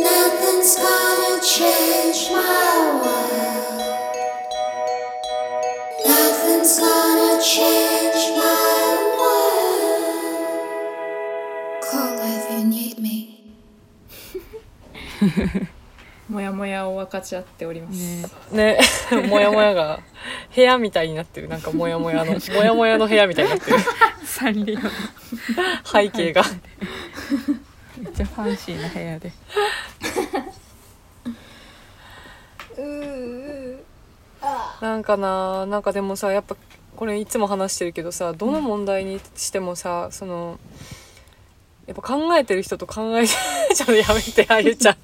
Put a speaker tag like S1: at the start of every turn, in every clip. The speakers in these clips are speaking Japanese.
S1: Nothing's gonna change my world. Nothing's gonna change my world. Call if you need me.
S2: もやもやを分かち合っております、
S3: ね もやもやが部屋みたいになってるなんかもやもやのもやもやの部屋みたいになってる
S4: サンリオめっ
S3: 背景が
S4: ちゃファンシーな部屋で
S3: なんかななんかでもさやっぱこれいつも話してるけどさどの問題にしてもさそのやっぱ考えてる人と考えてちょっとやめてあゆちゃん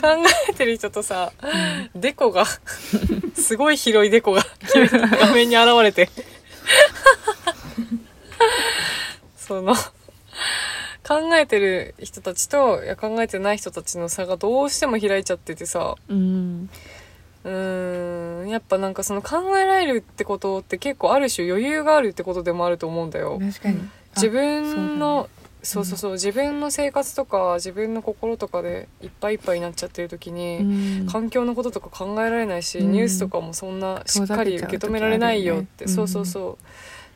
S3: 考えてる人とさ、デコがすごい広いデコが急に画面に現れてその考えてる人たちといや考えてない人たちの差がどうしても開いちゃっててさ
S4: うん
S3: うーんやっぱなんかその考えられるってことって結構ある種余裕があるってことでもあると思うんだよ。
S4: 確かに
S3: 自
S4: そう
S3: 分
S4: だ
S3: のそうそうそう自分の生活とか自分の心とかでいっぱいいっぱいになっちゃってる時に、
S4: 分
S3: 環境のこととか考えられないし、
S4: うん
S3: ニュースとかもそんなしっかり受
S4: 遠ざけちゃ
S3: け
S4: う時
S3: 止められないよって
S4: ある
S3: そ
S4: よね
S3: ううんそうそうっ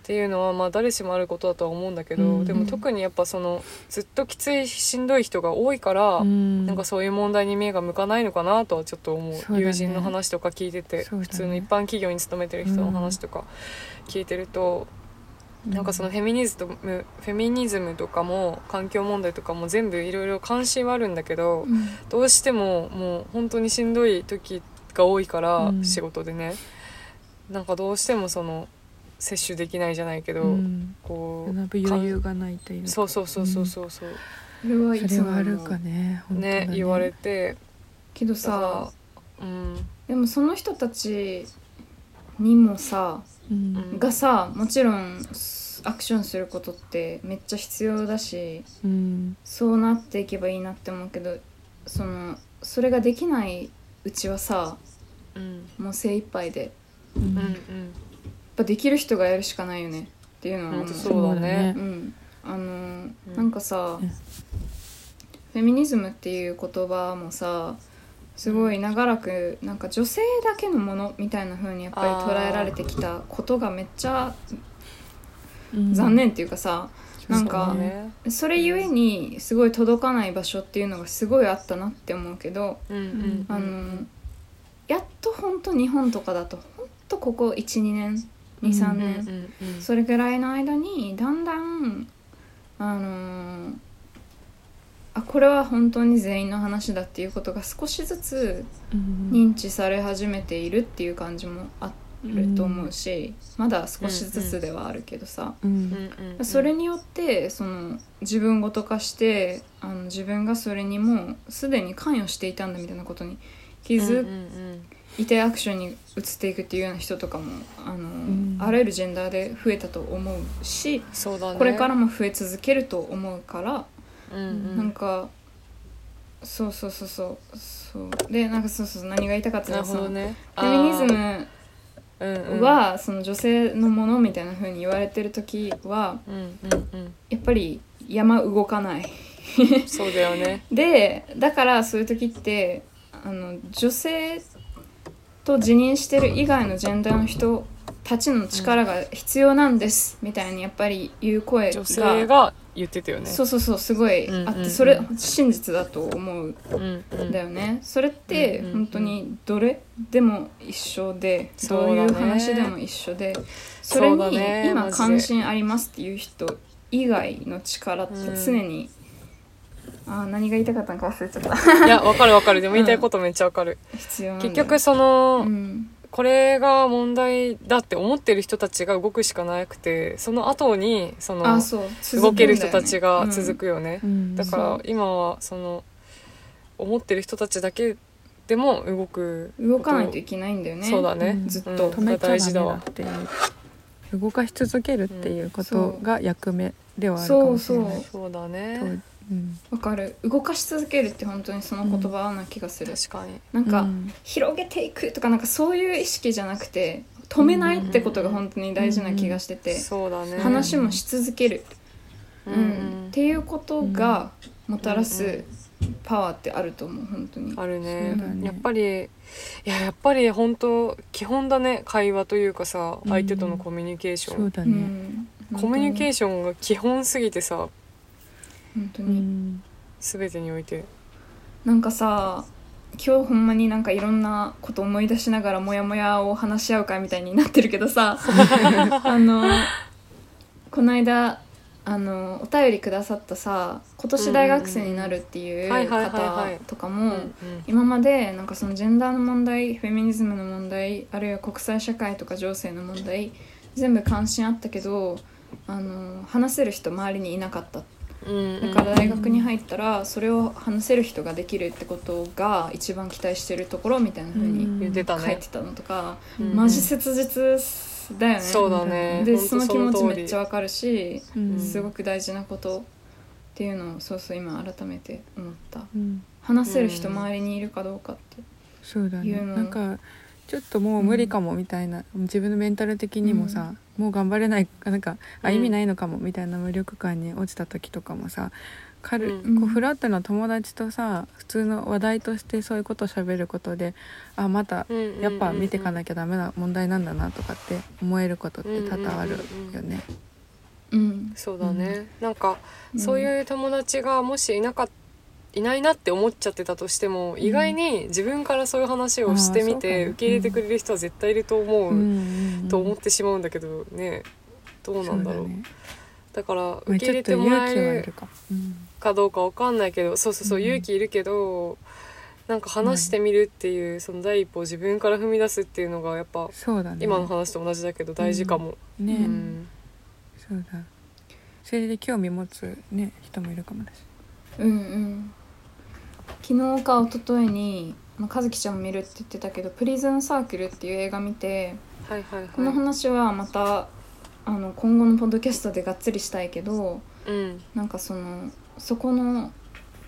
S3: ていうのはまあ誰しもあることだとは思うんだけど、
S4: うん
S3: でも特にやっぱそのずっときついしんどい人が多いから、
S4: うん
S3: なんかそういう問題に目が向かないのかなとはちょっと思う
S4: そうだね
S3: 友人の話とか聞いてて、
S4: そうだね
S3: 普通の一般企業に勤めてる人の話とか聞いてると、なんかそのフェミニズムフェミニズムとかも環境問題とかも全部いろいろ関心はあるんだけど、どうしてももう本当にしんどい時が多いから、
S4: うん
S3: 仕事でねなんかどうしてもその摂取できないじゃないけど、
S4: うん
S3: こう
S4: 学ぶ余裕がないという
S3: そうそうそうそうそうそう、
S2: それはい
S4: そ
S2: つ
S4: れ
S2: も
S4: はあるかね本当だ
S3: ね言われて
S2: けど
S3: さ
S2: さ
S3: うん
S2: でもその人たちにもさ
S4: うん
S3: うん
S2: がさもちろんすアクションすることってめっちゃ必要だし
S4: うん
S2: そうなっていけばいいなって思うけどそのそれができないうちはさ
S3: うん
S2: もう精一杯でやっ
S4: う
S3: うんん
S2: ぱできる人がやるしかないよねっていうのは
S3: う
S2: 思
S3: ん
S2: う。
S3: そうだね
S2: うん、あのー
S3: うん
S2: なんかさ、
S4: うん
S2: フェミニズムっていう言葉もさすごい長らくなんか女性だけのものみたいな風にやっぱり捉えられてきたことがめっちゃ
S4: うん
S2: 残念っていうかさ、なんか
S3: そうだね
S2: それゆえにすごい届かない場所っていうのがすごいあったなって思うけど、
S3: うんうん
S2: あのーやっとほんと日本とかだとほんとここ12年23
S3: うん
S2: 年、
S3: うんうん
S2: それぐらいの間にだんだんあのーあこれは本当に全員の話だっていうことが少しずつ
S4: うん
S2: 認知され始めているっていう感じもあると思うし、まだ少しずつではあるけどさ、
S4: う
S3: うんんうんうん
S2: それによってその自分ごと化してあの自分がそれにもうすでに関与していたんだみたいなことに気づ
S3: うんうん
S2: いてアクションに移っていくっていうような人とかもあの、
S4: ん
S2: あらゆるジェンダーで増えたと思うし。
S3: そうだね
S2: これからも増え続けると思うから、
S3: うんうん
S2: なんかそうそうそうそうそうでなんかそうそう何が言いたかった
S3: な
S2: の
S3: る
S2: は
S3: ほどね
S2: そのフェミニズム
S3: ム、
S2: は、その女性のものみたいな風に言われてる時は
S3: うんうんうん
S2: やっぱり山動かない
S3: うん、そうだよね
S2: でだからそういう時ってあの女性と自認してる以外のジェンダーの人たちの力が必要なんです、みたいにやっぱり言う声
S3: 女性が言ってたよね
S2: そうそうそうすごい
S3: うんうんうん
S2: あってそれ真実だと思うん
S3: うんうん
S2: だよねそれって
S3: うんうんうん
S2: 本当にどれでも一緒でどう
S3: そう
S2: い
S3: だ
S2: う
S3: ね
S2: 話でも一緒でそれ
S3: そうだね
S2: に今
S3: マジで
S2: 関心ありますっていう人以外の力って常にあー何が言いたかったのか忘れちゃった
S3: いやわかるわかるでも言いたいことめっちゃわかる、
S2: 必要なんだよ
S3: 結局その、
S2: うん
S3: これが問題だって思ってる人たちが動くしかなくてその後にその
S2: あそう
S3: 動ける人たちが続
S2: く
S3: くよね、
S4: うん
S3: だから今はその思ってる人たちだけでも動く
S2: んだよねうん動かないといけないんだよね
S3: そうだね、
S4: うん
S2: ずっと
S3: うん
S4: 止めちゃ
S3: 大事だ
S4: ダメだ
S3: わ
S4: っていう動かし続けるっていうことが役目ではあるか
S2: そ
S4: も
S2: う
S4: し
S2: そ
S4: れ
S2: う
S4: ない
S3: そうだ
S4: と
S3: ね
S4: うん
S2: わかる動かし続けるって本当にその言葉な気がする
S3: 確かに
S2: なんか、
S4: うん
S2: 広げていくとかなんかそういう意識じゃなくて止めないってことが本当に大事な気がしてて、
S3: そうだね
S2: 話もし続ける、うんっていうことがもたら
S3: うんう
S2: すパワーってあると思う本当に。
S3: あるね
S4: そうだね
S3: やっぱりいややっぱり本当基本だね会話というかさ
S4: うん
S3: 相手とのコミュニケーショ
S4: そ
S3: ン、
S4: うだ
S2: う
S4: ね、
S2: ん
S3: コミュニケーションが基本すぎてさ
S2: 本当
S4: う
S2: に、
S4: ん、
S3: 全てにおいて
S2: なんかさ今日ほんまになんかいろんなこと思い出しながらモヤモヤを話し合う会みたいになってるけどさあのこの間あのお便りくださったさ今年大学生になるっていう
S3: うんうんうんはいはいはいはい
S2: 方とか
S3: う
S2: も
S3: ん
S2: 今までなんかそのジェンダーの問題フェミニズムの問題あるいは国際社会とか情勢の問題全部関心あったけどあの話せる人周りにいなかった
S3: うん
S2: だから大学に入ったらそれを話せる人ができるってことが一番期待してるところみたいな風に
S3: 言ってた
S2: 書い
S3: ね
S2: てたのとか、
S3: うん
S2: マジ切実だよね。
S3: そうだね
S2: で
S3: 本
S2: そ
S3: 当
S2: の気持ち
S3: 通り
S2: めっちゃわかるし、
S4: うん
S2: すごく大事なことっていうのをそうそう今改めて思った
S4: うん、
S2: 話せる人
S3: うん
S2: 周りにいるかどうかって、
S4: そうだね
S2: 言うの
S4: なんかちょっともう無理かもみたいな、自分のメンタル的にもさ、もう頑張れないなんかあ
S3: うん
S4: 意味ないのかもみたいな無力感に落ちた時とかもさ軽い、
S2: うん
S4: こうフラットな友達とさ普通の話題としてそういうことを喋ることであまたやっぱ見てか
S3: い
S4: なきゃダメな問題なんだなとかって思えることって多々あるよね。
S2: うん
S3: そうだねなんか
S2: うん
S3: そういう友達がもしいなかっいないなって思っちゃってたとしても意外に自分からそういう話をしてみて
S4: あーそうかも
S3: 受け入れてくれる人は絶対いると思
S4: うん
S3: う
S4: うんうん
S3: と思ってしまうんだけどねどうなんだろう
S4: そね
S3: だから
S4: ま
S3: 受
S4: あ
S3: け入
S4: ちょっ
S3: れ
S4: と
S3: てもら
S4: 勇
S3: え
S4: 気はいる
S3: る
S4: か。うん
S3: かどうかわかんないけどそうそうそう
S4: うん
S3: 勇気いるけどなんか話してみるっていうその第一歩を自分から踏み出すっていうのがやっぱ
S4: そうだね。
S3: 今の話と同じだけど大事かも。
S4: ね、
S3: うん
S4: そうだ。それで興味持つね人もいるかもだし。
S2: うんうん昨日か一昨日に、まあ、和樹ちゃんも見るって言ってたけど「プリズンサークル」っていう映画見て。
S3: はいはい
S2: この
S3: は
S2: 話はまたあの今後のポッドキャストでがっつりしたいけど
S3: い。うん
S2: なんかそのそこの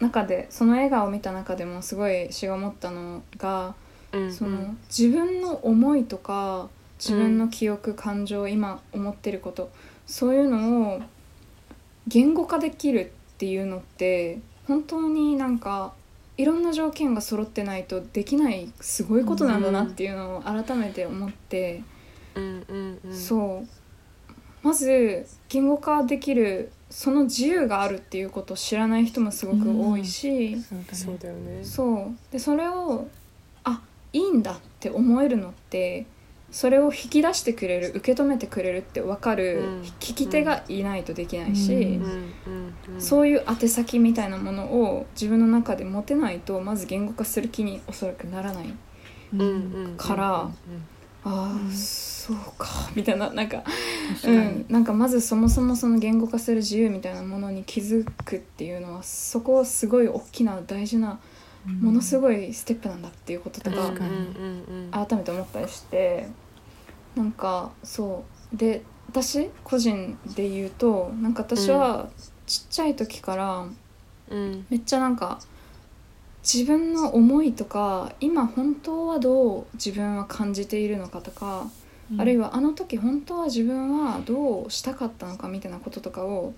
S2: 中でその映画を見た中でもすごい私が思ったのが
S3: うん
S2: その自分の思いとか自分の記憶感情今思ってることそういうのを言語化できるっていうのって本当になんかいろんな条件が揃ってないとできないすごいことなんだなっていうのを改めて思って。
S3: うんうんうん
S2: そうまず言語化できるその自由があるっていうことを知らない人もすごく多いし、
S4: そうだね。
S3: そうだよね。
S2: そうでそれをあいいんだって思えるのってそれを引き出してくれる受け止めてくれるって分かる
S3: うん
S2: 聞き手がいないとできないし、
S4: うん
S3: うんうんうん
S2: そういう宛先みたいなものを自分の中で持てないとまず言語化する気におそらくならない
S4: うん
S3: うんうんうん
S2: からあー、
S4: うん
S2: そうかみたいななんか
S4: 確か
S2: う
S4: に。
S2: ん、なんかまずそもそもその言語化する自由みたいなものに気づくっていうのはそこはすごい大きな大事なものす
S4: い。
S2: ごいステップなんだっていうことと
S3: うん
S2: か
S4: 確かに
S3: うんうんうん
S2: 改めて思ったりしてなんかそうで私個人で言うとなんか私はちっちゃい時から
S3: うん
S2: めっちゃなんか自分の思いとか今本当はどう自分は感じているのかとかあるい
S4: は。
S2: はあの時本当は自分はどうしたかったのかみたいなこととかを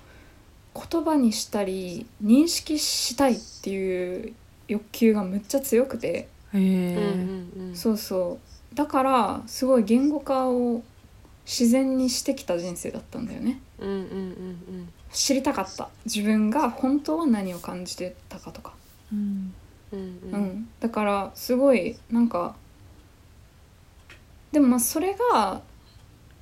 S2: 言葉にしたり認識したいっていう欲求がむっちゃ強くて、
S4: へ
S3: う
S4: え
S3: んうんうん
S2: そうそうだからすごい言語化を自然にしてきた人生だったんだよね
S3: うんうんうん
S2: 知りたかった自分が本当は何を感じてたかとか、
S4: う
S3: う
S4: ん。
S3: んうん
S2: う
S3: うんん
S2: だからすごいなんかでもまあそれが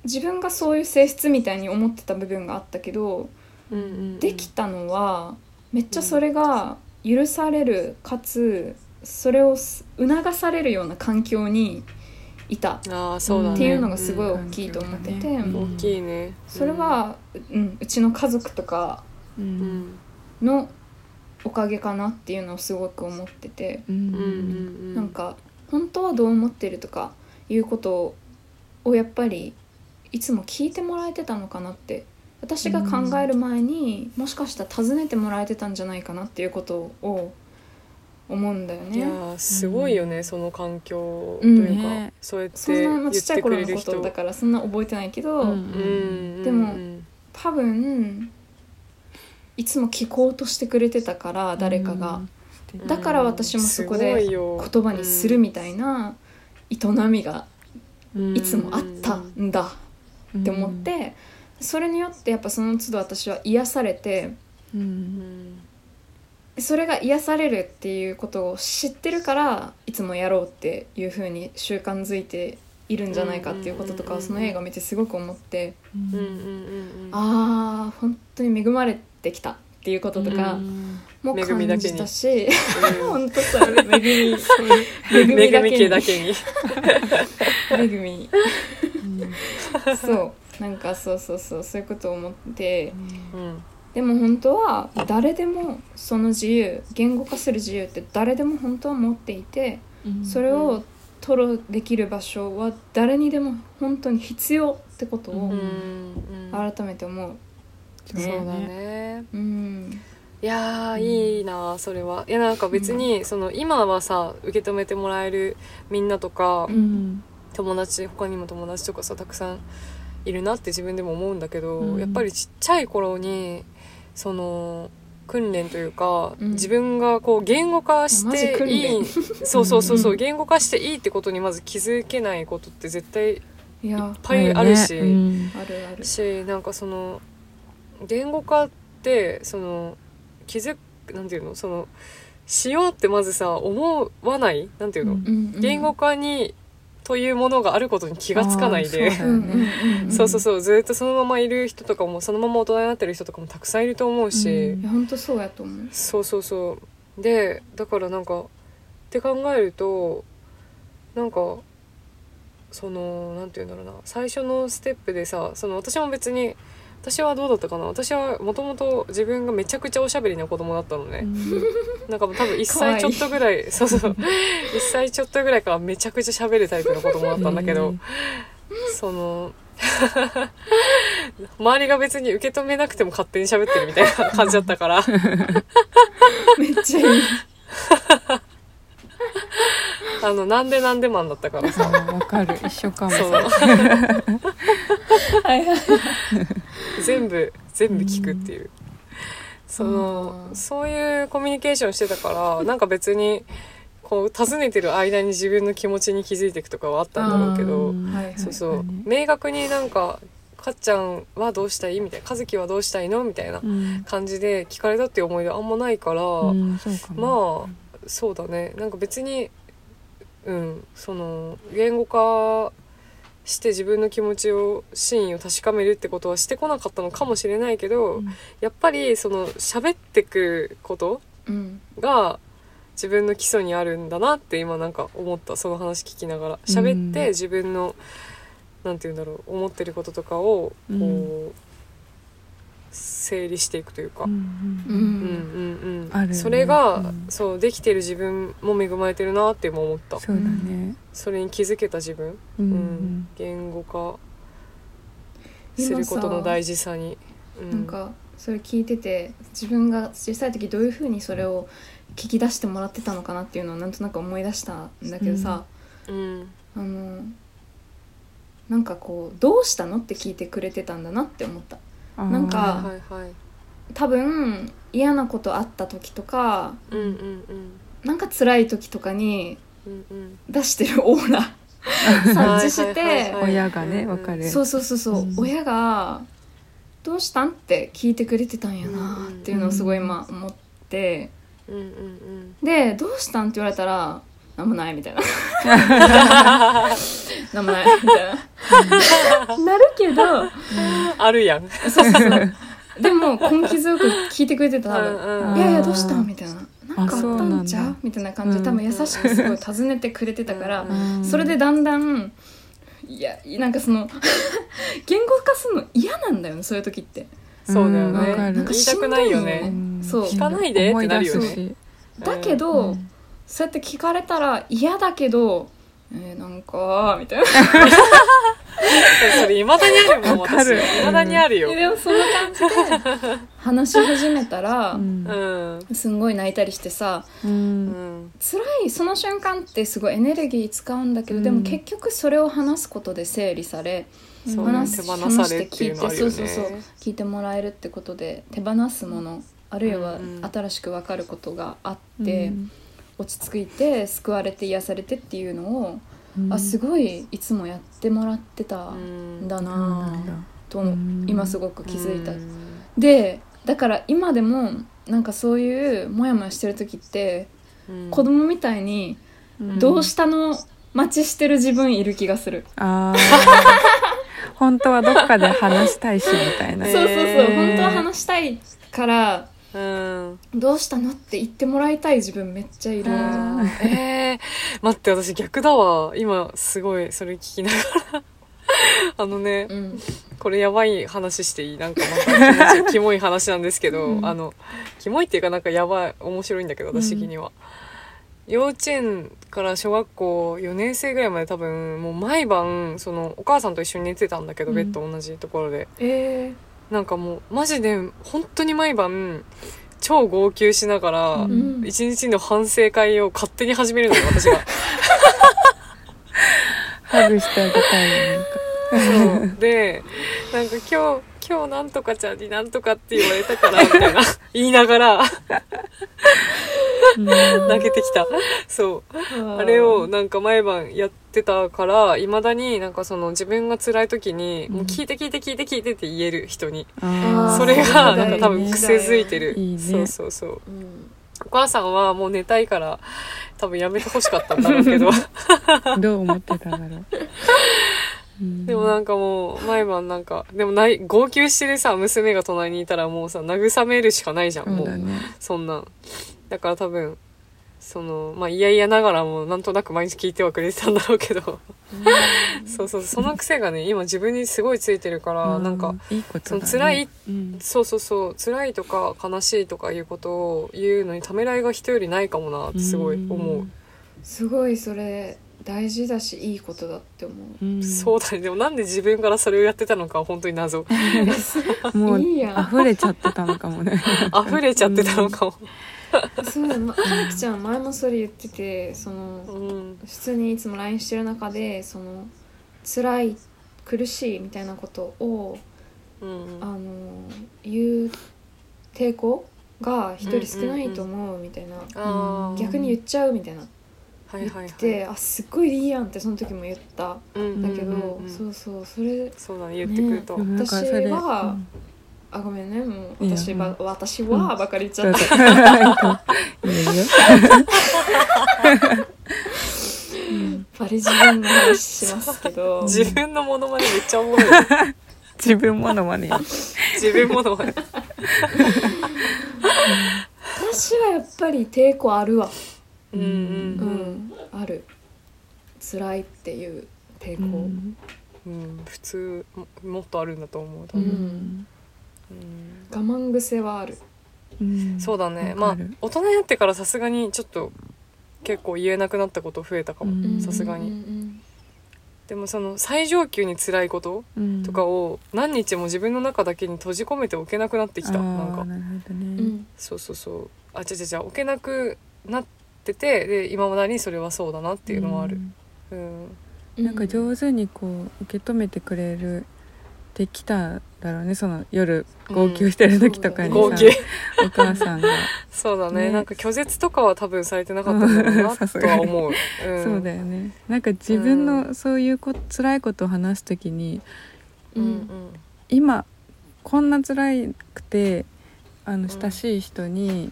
S2: 自分がそういう性質みたいに思ってた部分があったけど
S3: うんうん
S2: できたのはめっちゃそれが許されるかつそれをす促されるような環境にいた
S3: ああそうだね
S2: っていうのがすごい大きいと思ってて
S4: うん
S3: 大きいね。
S2: それは、うん、うちの家族とか
S4: う。
S3: うんん
S2: のおかげかなっていうのをすごく思ってて。
S4: う。
S3: うんうんん
S2: なんか本当はどう思ってるとかいうことをやっぱりいつも聞いてもらえてたのかなって私が考える前にもしかしたら尋ねてもらえてたんじゃないかなっていうことを思うんだよ
S3: いや
S2: ね。
S3: ーすごいよね、その環境と
S2: うん
S3: いうか、
S4: ね
S3: そうやって
S2: そんなま
S3: 言
S2: あ
S3: っ
S2: ちっちゃい
S3: てく
S2: 頃
S3: れ
S2: の
S3: る
S2: こと
S3: 人
S2: だからそんな覚えてないけど、
S3: うん
S4: うん
S3: うんうん
S2: でも多分いつも聞こうとしてくれてたから誰かが、
S4: うん
S2: だから私もそこです
S3: ごいよ
S2: 言葉にするみたいな営みがいつもあったんだって思って、それによってやっぱその都度私は癒されて
S4: うん、う
S3: うん
S4: ん
S2: それが癒されるっていうことを知ってるからいつもやろうっていうふうに習慣づいているんじゃないかっていうこととか
S3: うん
S2: をその映画見てすごく思って
S4: うん
S3: うんうんうんうん
S2: あー本当に恵まれてきたっていうことと かも
S3: 恵みだ
S2: 感
S3: け
S2: じ
S3: に
S2: たし
S3: うん
S2: 本当それ恵み
S3: 恵み系
S2: 恵
S3: だ
S2: み
S3: けに
S2: 恵みそうなんかそうそうそうそういうことを思って
S3: うん
S2: でも本当は誰でもその自由言語化する自由って誰でも本当は持っていて
S4: うん
S2: それを吐露できる場所は誰にでも本当に必要ってこと
S4: う
S3: う
S2: を
S3: んうん
S2: 改めて思う。
S4: そう
S3: そう
S4: だ
S3: だ
S4: ね
S3: ね
S2: うん
S3: いやーいいなあそれはいやなんか別にその今はさ受け止めてもらえるみんなとか
S4: うん
S3: 友達他にも友達とかさたくさんいるなって自分でも思うんだけど、
S4: うん
S3: やっぱりちっちゃい頃にその訓練というか、
S2: うん
S3: 自分がこう言語化し
S2: マジ
S3: て
S2: 訓
S3: い
S2: 練
S3: いそうそうそうそううん言語化していいってことにまず気づけないことって絶対いっ
S2: いや
S3: ぱいあるし。
S4: ねうん
S2: あるある。
S3: しなんかその言語化ってその気づくなんていうのそのしようってまずさ思わないなんていうの、
S4: うん
S2: うんうん
S3: 言語化にというものがあることに気がつかないで
S4: あーそうだ
S2: うんうんうんうん
S3: そうそうそうずっとそのままいる人とかもそのまま大人になってる人とかもたくさんいると思うし、
S4: うん
S2: いや本当そうやと思う。
S3: そうそうそうでだからなんかって考えるとなんかそのなんて言うんだろうな最初のステップでさその私も別に私はどうだったかな私はもともと自分がめちゃくちゃおしゃべりな子供だったのね、なんかもう多分1
S2: かわい
S3: 歳
S2: い
S3: ちょっとぐらい そうそう1歳ちょっとぐらいからめちゃくちゃ喋るタイプの子供だったんだけ ど、その 周りが別に受け止めなくても勝手に喋ってるみたいな感じだった から
S2: めっちゃいい。
S3: あの、なんでなんでマンだったから
S4: あ
S3: さ。
S4: ーわかる一緒かも
S3: そう。
S2: はいはい。
S3: 全部、全部聞くっていう。その
S2: あ、ー
S3: そういうコミュニケーションしてたから、なんか別に、こう、尋ねてる間に自分の気持ちに気づいていくとかはあったんだろうけど、
S4: ん
S2: はい
S3: そうそう、
S4: はいはい
S3: 明確になんか、かっちゃんはどうしたいみたいな、かずきはどうしたいのみたいな
S4: うん
S3: 感じで聞かれたっていう思い出あんまないから、
S4: うんそうかも
S3: まあそうだねなんか別にうんその言語化して自分の気持ちを真意を確かめるってことはしてこなかったのかもしれないけど、
S4: うん
S3: やっぱりその喋ってくこと
S2: うん。
S3: が自分の基礎にあるんだなって今なんか思ったその話聞きながら喋っ
S4: うん
S3: て自分の、なんて言うんだろう思ってることとかをこう、
S4: う
S3: 整理していくというか
S4: う、
S2: うん
S3: うん
S2: ん。
S3: うんうん
S4: あるよね
S3: それが、
S4: うん
S3: そうできてる自分も恵まれてるなって今思っ
S4: う
S3: た
S4: んそうだね
S3: それに気づけた自分、う
S4: う
S3: ん
S4: ん
S3: 言語化することの大事さにうん
S2: なんかそれ聞いてて自分が小さい時どういうふうにそれを聞き出してもらってたのかなっていうのをなんとなく思い出したんだけどさ、
S3: うん
S2: あのなんかこう「どうしたの?」って聞いてくれてたんだなって思った
S4: あー
S2: なんか
S3: はいはい
S2: 多分嫌なことあった時とか
S3: うんうんうん
S2: なんか辛い時とかに
S3: うんうん
S2: 出してるオーラ 察知して、
S3: はいはいはいはい
S4: 親がねわかる
S2: そうそうそうそう、
S4: うん
S2: 親が「どうしたん?」って聞いてくれてたんやなっていうのをすごい今思って。
S3: うんうんうん
S2: で「どうしたん?」って言われたら「なんもない」みたい な「なんもない」みたいななるけど
S3: あるやん
S2: そうそうそうでも根気強く聞いてくれてた多
S3: うん
S2: 分
S3: うん
S2: 「いやいやどうしたん?」みたいな「なんかあ
S4: あ
S2: っ
S4: そう
S2: た
S4: なん
S2: ん
S4: だ
S2: ちゃう?」みたいな感じ
S4: うん
S2: で多分優しくすごい尋ねてくれてたから
S3: う、ん
S2: それでだんだんいやなんかその言語化するの嫌なんだよねそういう時って。
S3: そうだよね
S4: わかる
S3: 言いたくないよ
S2: な
S3: ね
S2: んかしんどいよねそう
S3: 聞かないでってなるよね
S4: 思い出すし
S2: だけど、
S4: うん
S2: そうやって聞かれたら嫌だけど「えー、なんか」みたいな。
S3: それいまだにあるもん
S4: わか
S3: 私
S4: る
S3: いまだにあるよ
S2: でもそんな感じで話し始めたら、
S4: うん
S3: うん
S2: すんごい泣いたりしてさ
S4: うん
S3: うん
S2: 辛いその瞬間ってすごいエネルギー使うんだけど、
S4: うん
S2: でも結局それを話すことで整理され
S3: そう
S2: うん
S3: 手放されっていうのあるよ
S2: 話して聞いてそう
S3: ね
S2: そうそう聞いてもらえるってことで手放すものあるいは
S3: うんうん
S2: 新しく分かることがあ
S4: う
S2: っ
S4: ん
S2: て、落ち着いて救われて癒されてっていうのを、
S4: うん
S2: あすごいいつもやってもらってた
S3: うんん
S2: だ
S4: そうな
S2: なん
S4: だ
S2: ぁと思う
S4: うん
S2: 今すごく気づいた。
S3: うん
S2: でだから今でもなんかそういうモヤモヤしてる時って
S3: うん
S2: 子供みたいにどうしたの待ちしてる自分いる気がする。
S4: あ あ本当はどっかで話したいしみたいな
S3: へー
S2: そうそうそう本当は話したいから
S3: うん
S2: どうしたのって言ってもらいたい自分めっちゃいる。
S4: あー
S3: えー、待って私逆だわ今すごいそれ聞きながらあのね
S2: うん、
S3: これやばい話していいなんかまた気持ちキモい話なんですけど、
S2: うん
S3: あのキモいっていうかなんかやばい面白いんだけど私的には、幼稚園から小学校4年生ぐらいまで多分もう毎晩そのお母さんと一緒に寝てたんだけど、
S4: うん
S3: ベッド同じところで
S2: え
S3: なんかもうマジで本当に毎晩超号泣しながら、
S4: う
S2: ー、
S4: ん
S3: 一日の反省会を勝手に始めるのよ私が
S4: ハグしてあげたいよなんか
S3: そうでなんか今日今日なんとかちゃんになんとかって言われたからみ たいな言いながら投げてきたそうあれをなんか毎晩やってたからいまだになんかその自分が辛い時に「もう聞いて聞いて聞いて聞いて」って言える人に
S4: あー
S3: それ
S2: あ
S3: が
S2: ー
S3: なんか多分
S2: いいね
S3: 癖づいてる
S4: いいね
S3: そうそうそう
S2: うん
S3: お母さんはもう寝たいから多分やめてほしかったんだろう けど
S4: どう思ってたんだろうう ん
S3: でもなんかもう毎晩なんかでもない号泣してるさ娘が隣にいたらもうさ慰めるしかないじゃん
S4: そ
S3: も
S4: うだ
S3: う
S4: ね
S3: そんなんだから多分そのまあ嫌々ながらもなんとなく毎日聞いてはくれてたんだろうけど そうそうその癖がね今自分にすごいついてるから
S4: う
S3: なんか
S4: いいことだね
S3: その辛い
S4: うん
S3: そうそうそう辛いとか悲しいとかいうことを言うのにためらいが人よりないかもなってすごい思う
S2: すごいそれ大事だしいいことだって思う。
S4: うん
S3: そうだねでもなんで自分からそれをやってたのかは本当に謎
S4: もう
S2: いいやん
S4: 溢れちゃってたのかもね
S3: 溢れちゃってたのかも
S2: そう、ま、はるきちゃん前もそれ言っててその
S3: うん
S2: 普通にいつも LINE してる中でその辛い苦しいみたいなことを
S3: うん
S2: あの言う抵抗が一人少ないと思うみたいな、
S3: あー
S2: 逆に言っちゃうみたいな
S3: はい
S2: 言
S3: はいはい
S2: って、あすっごいいいやんってその時も言った
S3: うん
S2: んだけど、
S3: うんうん
S2: そうそうそれ
S3: そうだね言ってくると、
S4: なんかそれ
S2: 私は
S4: うん
S2: あごめんねもう
S4: いいよ
S2: 私
S4: う
S2: は
S4: ん
S2: 私はばかり言っちゃ
S4: そう
S2: った、
S4: そういいよい いよ
S2: バリ自分の話しますけど
S3: 自分のモノマネめっちゃおもろい よ
S4: 自分ものまね
S3: 自分モノマネ
S2: 私はやっぱり抵抗あるわ
S3: うん
S2: う
S3: うん
S2: ん、ある辛いっていう抵抗、
S3: うん、普通ももっとあるんだと思う多
S4: う
S3: 分、
S4: ん
S3: うん
S2: 我慢癖はある
S4: うん
S3: そうだねま
S4: わ
S3: あ
S4: かる
S3: 大人になってからさすがにちょっと結構言えなくなったこと増えたかも、
S4: うん
S3: さすがに
S2: うんうん
S3: でもその最上級に辛いこと
S4: うん
S3: とかを何日も自分の中だけに閉じ込めておけなくなってきた
S4: あー
S3: なんか
S4: なるほど
S2: うんう
S4: ね
S2: ん
S3: そうそうそうあ違う違う違う置けなくなっててで今まだにそれはそうだなっていうのもあるうん、
S2: う
S4: なんか上手にこう受け止めてくれるできただろうねその夜号泣してる時とかにさ、
S3: 号泣
S4: お母さんが、
S3: そうだね
S4: ね
S3: なんか拒絶とかは多分されてなかったんだろうな
S4: さす
S3: とは
S4: がに
S3: 思う、 うん、
S4: そうだよねなんか自分のそういうこ辛いことを話す時に
S3: う
S2: うんん
S3: うん
S4: 今こんな辛くてあの親しい人に、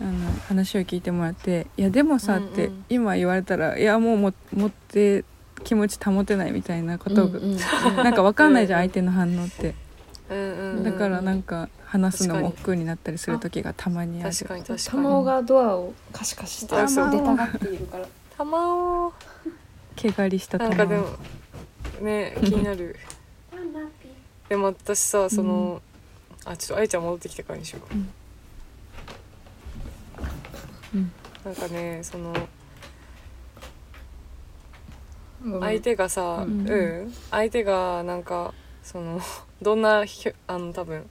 S4: あの話を聞いてもらって「いやでもさ」
S3: うん
S4: っ
S3: うん
S4: て今言われたら「いやもうも持って気持ち保てない」みたいなこと
S2: う
S4: が、
S2: んうん
S4: なんかわかんないじゃん
S3: うん
S4: 相手の反応って。
S3: うんうんうん
S4: だからなんか話すのも億劫になったりする時がたまにある
S3: 確かに確か
S2: た
S3: に
S2: まおがドアをカシカシして
S3: あそう
S2: 出たがっているから
S3: たまを
S4: 毛刈りした
S3: な
S4: た
S3: んかでもね気になるでも私さその、あちょっとあいちゃん戻ってきたからにしよう、
S4: うんうん
S3: なんかねその
S2: ごめん
S3: 相手がさ、う
S4: うんん
S3: 相手がなんかその どんなひょあの多分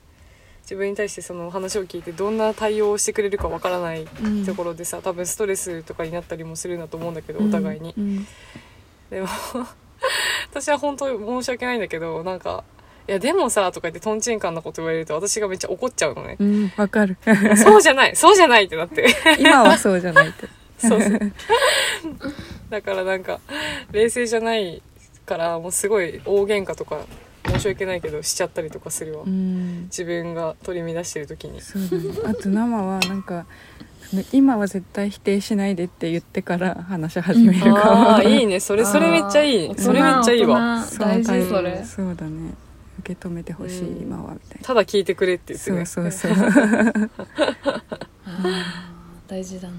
S3: 自分に対してその話を聞いてどんな対応をしてくれるかわからない
S4: うん
S3: ところでさ多分ストレスとかになったりもするんだと思うんだけどお互いに。
S4: うん
S3: でも私は本当に申し訳ないんだけどなんか「いやでもさ」とか言ってとんちんかんなこと言われると私がめっちゃ怒っちゃうのね
S4: うんわかる
S3: そうじゃないそうじゃないってなって
S4: 今はそうじゃない と
S3: そうそうだからなんか冷静じゃないからもうすごい大喧嘩とか申し訳ないけどしちゃったりとかするわ、
S4: うん
S3: 自分が取り乱してる時に
S4: そうだねあと生はなんか今は絶対否定しないでって言ってから話し始めるかも
S3: ああいいねそれそれめっちゃい
S2: あ
S3: い
S2: ー
S3: それめっちゃいいわ
S2: 大人
S4: そう
S2: 大
S4: 大
S2: 事
S4: 事
S2: それ
S4: そうだね受け止めてほしい、
S3: うん
S4: 今はみたいな
S3: ただ聞いてくれって言って
S4: そう
S3: ね
S4: そうそう
S2: あー大事だな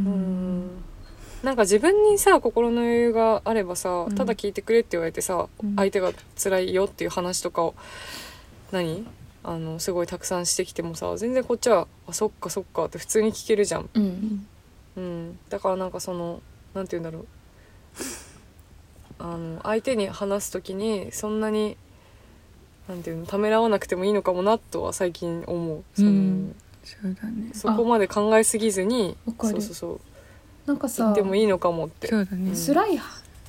S3: うんんなんか自分にさ心の余裕があればさ
S4: ん
S3: ただ聞いてくれって言われてさ、
S4: うん
S3: 相手が辛いよっていう話とかを何あのすごいたくさんしてきてもさ全然こっちは「あそっかそっか」って普通に聞けるじゃん、
S2: うん
S3: うん、だからなんかそのなんて言うんだろうあの相手に話す時にそんなになんていうのためらわなくてもいいのかもなとは最近思うその、
S4: うんそうだね
S3: そこまで考えすぎずに
S2: あわか
S3: そう
S2: る
S3: そうそう
S2: なんかさ
S3: 言ってもいいのかもって
S4: そうだね
S2: 辛い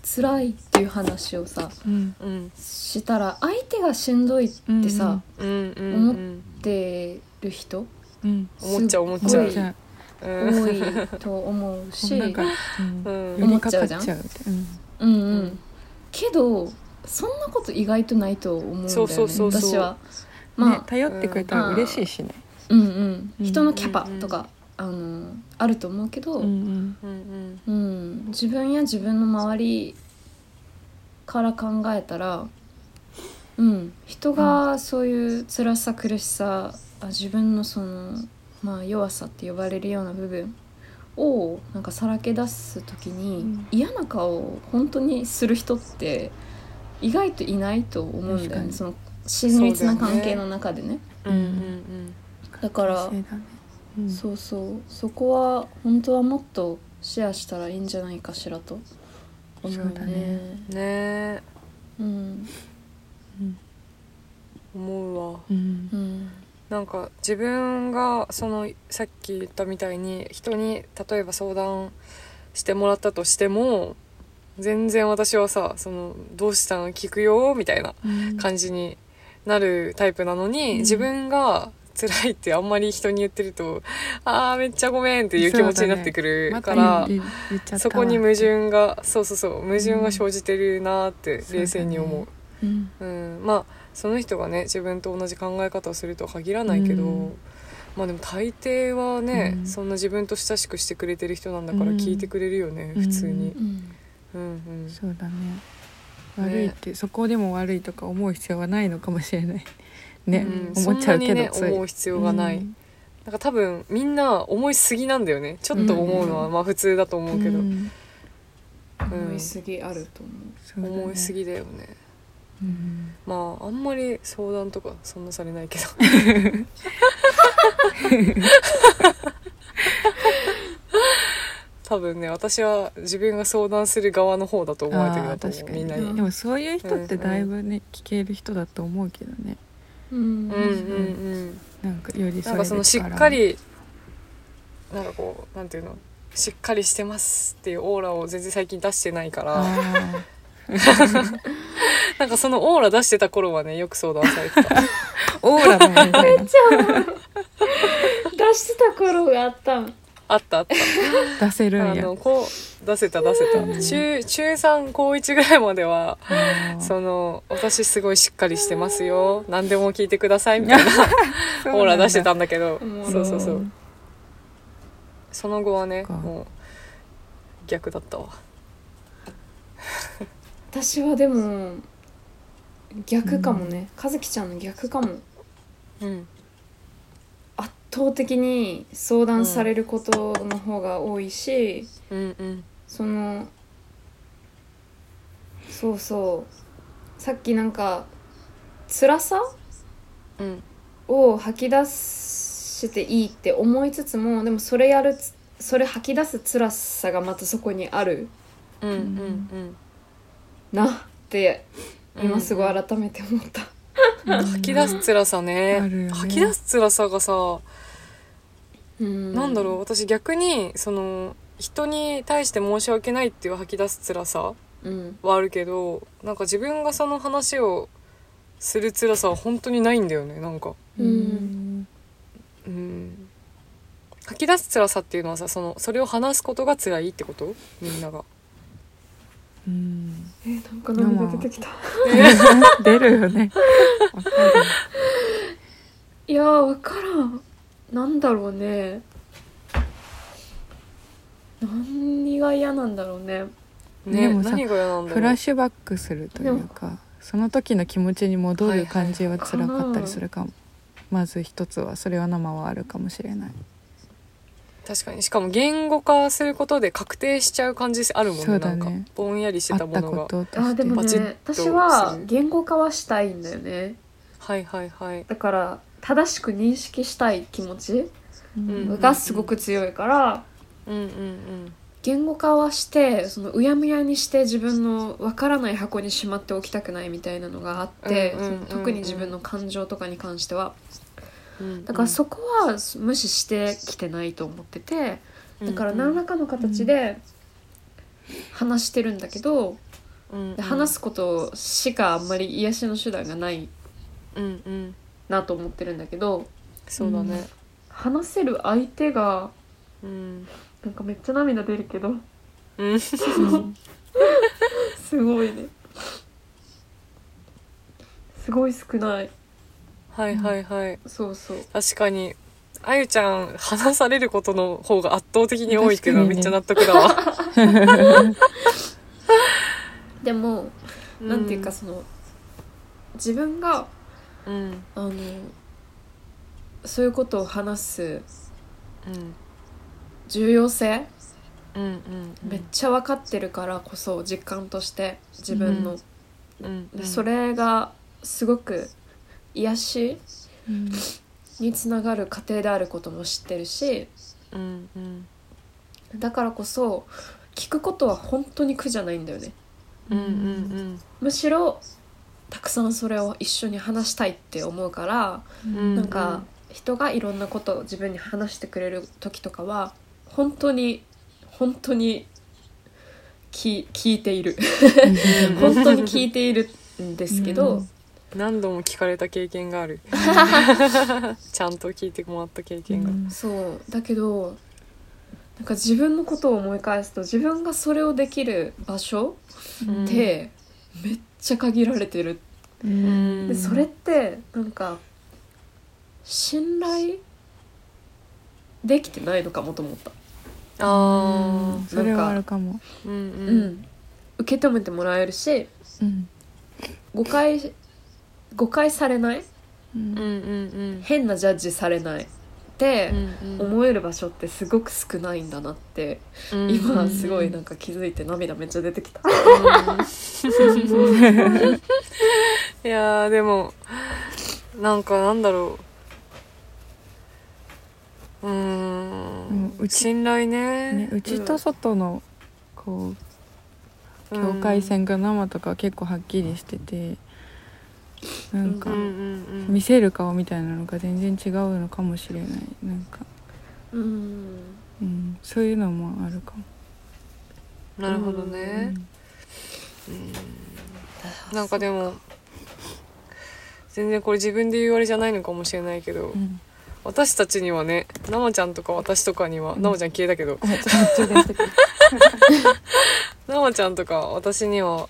S2: 辛いっていう話をさ
S4: うん
S3: うん
S2: したら相手がしんどいってさ、
S3: うんうんう
S2: 思っ
S3: ん
S2: ってる人
S4: うん
S3: 思っちゃう思っ
S4: じ
S3: ち
S2: す
S3: ゃ
S2: ご
S3: う
S2: い
S4: ゃあ
S3: うん
S2: 多いと思う し
S4: なんか、うん
S3: うん
S4: 寄
S2: 思
S4: り
S2: っ
S4: か
S2: ちゃ
S4: か
S2: う
S4: っ
S2: じ
S4: ち
S2: ゃ
S4: ゃ
S2: ん
S4: ううん
S2: うんうんけどそんなこと意外とないと思うんだ
S3: そ
S2: よ
S3: うそう
S2: ね
S3: そうそう
S2: 私は
S4: ね
S2: まあ、
S4: 頼ってくれたら嬉しいしね
S2: うんうん
S4: うん
S2: 人のキャパとか、あのあると思うけど、うん
S4: ん
S3: うんうん
S2: 自分や自分の周りから考えたら、うん、人がそういう辛さ苦しさあ自分のその、まあ、弱さって呼ばれるような部分をなんかさらけ出す時に、
S4: うん
S2: 嫌な顔を本当にする人って意外といないと思うん
S4: 確
S2: だよ
S4: か
S2: ね
S4: に
S2: その親密な
S3: そうだよね
S2: 関係の中でね。
S3: うんうん
S2: だから
S4: そうだねうん
S2: そうそうそこは本当はもっとシェアしたらいいんじゃないかしらと思うね
S4: そうだね
S3: うんねえ
S2: うん
S3: 思うわ
S4: うん
S2: うん
S3: なんか自分がそのさっき言ったみたいに人に例えば相談してもらったとしても全然私はさその「どうしたの聞くよ」みたいな感じになるタイプなのに、自分が辛いってあんまり人に言ってると 「あーめっちゃごめん」っていう気持ちになってくる
S4: ま
S3: か
S4: た
S3: ら、
S4: 言って言っちゃった
S3: そ
S4: わ
S3: こに矛盾がそうそうそう矛盾が生じてるなーって
S4: うん
S3: 冷静に思
S2: うん
S3: う、うんまあその人がね自分と同じ考え方をするとは限らないけど、
S4: うん
S3: まあでも大抵はね、
S4: うん
S3: そんな自分と親しくしてくれてる人なんだから
S4: うん
S3: 聞いてくれるよね、
S4: うん
S3: 普通に
S2: う、ん
S3: うんうん、
S4: そうだね
S3: ね
S4: 悪いって、そこでも悪いとか思う必要はないのかもしれないね、
S3: うん
S4: 思っちゃうけど
S3: そんなにね思う必要がない、
S4: うん
S3: なんか多分みんな思いすぎなんだよねちょっと思うのはまあ普通だと思うけど、う
S4: ん
S3: ん
S2: 思いすぎあると思
S4: そうだね
S3: 思いすぎだよね
S4: うん
S3: まああんまり相談とかそんなされないけど多分ね私は自分が相談する側の方だと思われてる
S4: あ
S3: な
S4: ー
S3: と思
S4: 確
S3: う
S4: か
S3: みんな
S4: ね
S3: に。
S4: でもそういう人ってだいぶね、聞ける人だと思うけどね
S2: ううん
S3: うんうんうん、
S4: なんかより
S3: なんかそのしっかりなんかこうなんていうのしっかりしてますっていうオーラを全然最近出してないから
S4: あ
S3: なんかそのオーラ出してた頃はねよく相談されて た
S4: ーオーラだねみたいな
S2: 出してた頃があったん
S3: あったあった
S4: 出せるん
S3: あ
S4: や
S3: のこう出せた出せた中中3高1ぐらいまでは
S4: あー
S3: その私すごいしっかりしてますよ何でも聞いてくださいみたいな
S4: そうなんだ
S3: オーラ出してたんだけど
S2: おもろ
S3: そうそうそうその後はね
S4: そっか
S3: もう逆だったわ
S2: 私はでも逆かもね、和樹ちゃんの逆かも
S3: うん
S2: 圧倒的に相談されることの方が多いし、
S3: うんうん
S2: そのそうそうさっきなんか辛さ
S3: うん
S2: を吐き出していいって思いつつもでもそれやるつそれ吐き出す辛さがまたそこにある
S3: うんうんうん
S2: なって今すごい
S3: うん
S2: 改めて思った、
S3: 吐き出す辛さね
S4: あるよね
S3: 吐き出す辛さがさ
S2: うん
S3: なんだろう私逆にその人に対して申し訳ないっていう吐き出す辛さ
S2: ううん
S3: はあるけどなんか自分がその話をする辛さは本当にないんだよねなんか
S2: うん
S3: うん吐き出す辛さっていうのはさそのそれを話すことが辛いってことみんなが
S4: うん
S5: えなんか涙出てきた
S4: 出るよねわかる
S5: いやー分からん
S2: なんだろうね何が嫌なんだろうね
S3: ね
S4: でもさ
S3: 何が嫌なんだろう
S4: フラッシュバックするというかその時の気持ちに戻る感じは辛かったりするかも、まず一つはそれは生はあるかもしれない
S3: 確かにしかも言語化することで確定しちゃう感じあるもんね
S4: そ
S3: な
S4: うだ
S3: ん
S4: ね
S3: かぼんやりして
S4: あ
S3: た
S4: っ
S3: も
S4: た
S3: の
S4: こ
S3: が
S4: とと
S2: あ
S4: して
S2: でも
S3: バチッ
S2: ね
S3: と
S2: 私は
S3: する
S2: 言語化はしたいんだよね
S3: はいはいはい
S2: だから正しく認識したい気持ち
S3: うん
S2: がすごく強いから
S3: うんうん
S2: 言語化はしてそのうやむやにして自分のわからない箱にしまっておきたくないみたいなのがあって、
S3: うんうんうんうん
S2: その特に自分の感情とかに関しては
S3: うんうん
S2: だからそこは無視してきてないと思っててだから何らかの形で話してるんだけど、で話
S3: す
S2: すことしかあんまり癒しの手段がない
S3: うんうん
S2: なと思ってるんだけど
S3: そうだね
S2: 話せる相手が
S3: うん
S2: なんかめっちゃ涙出るけど
S3: うん
S2: すごいねすごい少ない
S3: はいはいはい
S2: そうそう
S3: 確かにあゆちゃん話されることの方が圧倒的に多いっていうのはめ
S4: 確
S3: っち
S4: か
S3: ゃ
S4: にね
S3: 納得だわ
S2: でも
S3: な
S2: なんていうかその自分が
S3: うん
S2: あのそういうことを話す
S3: うん
S2: 重要性
S3: うんうん
S2: めっちゃ分かってるからこそ実感として自分の、
S3: うんう
S2: で
S3: ん
S2: それがすごく癒し
S4: うん
S2: につながる過程であることも知ってるし
S3: うんうん
S2: だからこそ聞くことは本当に苦じゃないんだよね
S3: うんうん
S2: むしろたくさんそれを一緒に話したいって思うから、
S3: うん
S2: なんか人がいろんなことを自分に話してくれる時とかは本当に本当に聞聞いてい る本当に聞いているんですけど、
S4: うん
S3: 何度も聞かれた経験があるちゃんと聞いてもらった経験が
S2: そうだけどなんか自分のことを思い返すと自分がそれをできる場所
S3: うん
S2: ってめっちゃ限られてる、
S4: う
S3: うんん
S2: でそれってなんか信頼できてないのかもと思った、
S3: あ
S4: それはあるかも
S3: ーうん
S2: う
S3: うん
S2: ん、受け止めてもらえるし
S4: うん
S2: 誤解誤解されない
S4: うん
S3: うんうん
S2: 変なジャッジされないっ
S3: う
S2: て
S3: んうんうん
S2: 思える場所ってすごく少ないんだなって
S3: うん
S2: 今すごいなんか気づいて涙めっちゃ出てきた。
S3: いやーでもなんかなんだろうう
S4: も
S3: ー
S4: うんうち
S3: 信頼ね
S4: ね、うちと外のこう境界線が生とかは結構はっきりしててなんか
S3: うんうんうん
S4: 見せる顔みたいなのが全然違うのかもしれないなんか、
S2: うん
S4: うん、そういうのもあるかも、
S3: なるほどねなんかでも全然これ自分で言うあれじゃないのかもしれないけど
S4: うん、
S3: 私たちにはね生ちゃんとか私とかには
S4: うん
S3: 生ちゃん消えたけど生ちゃんとか私には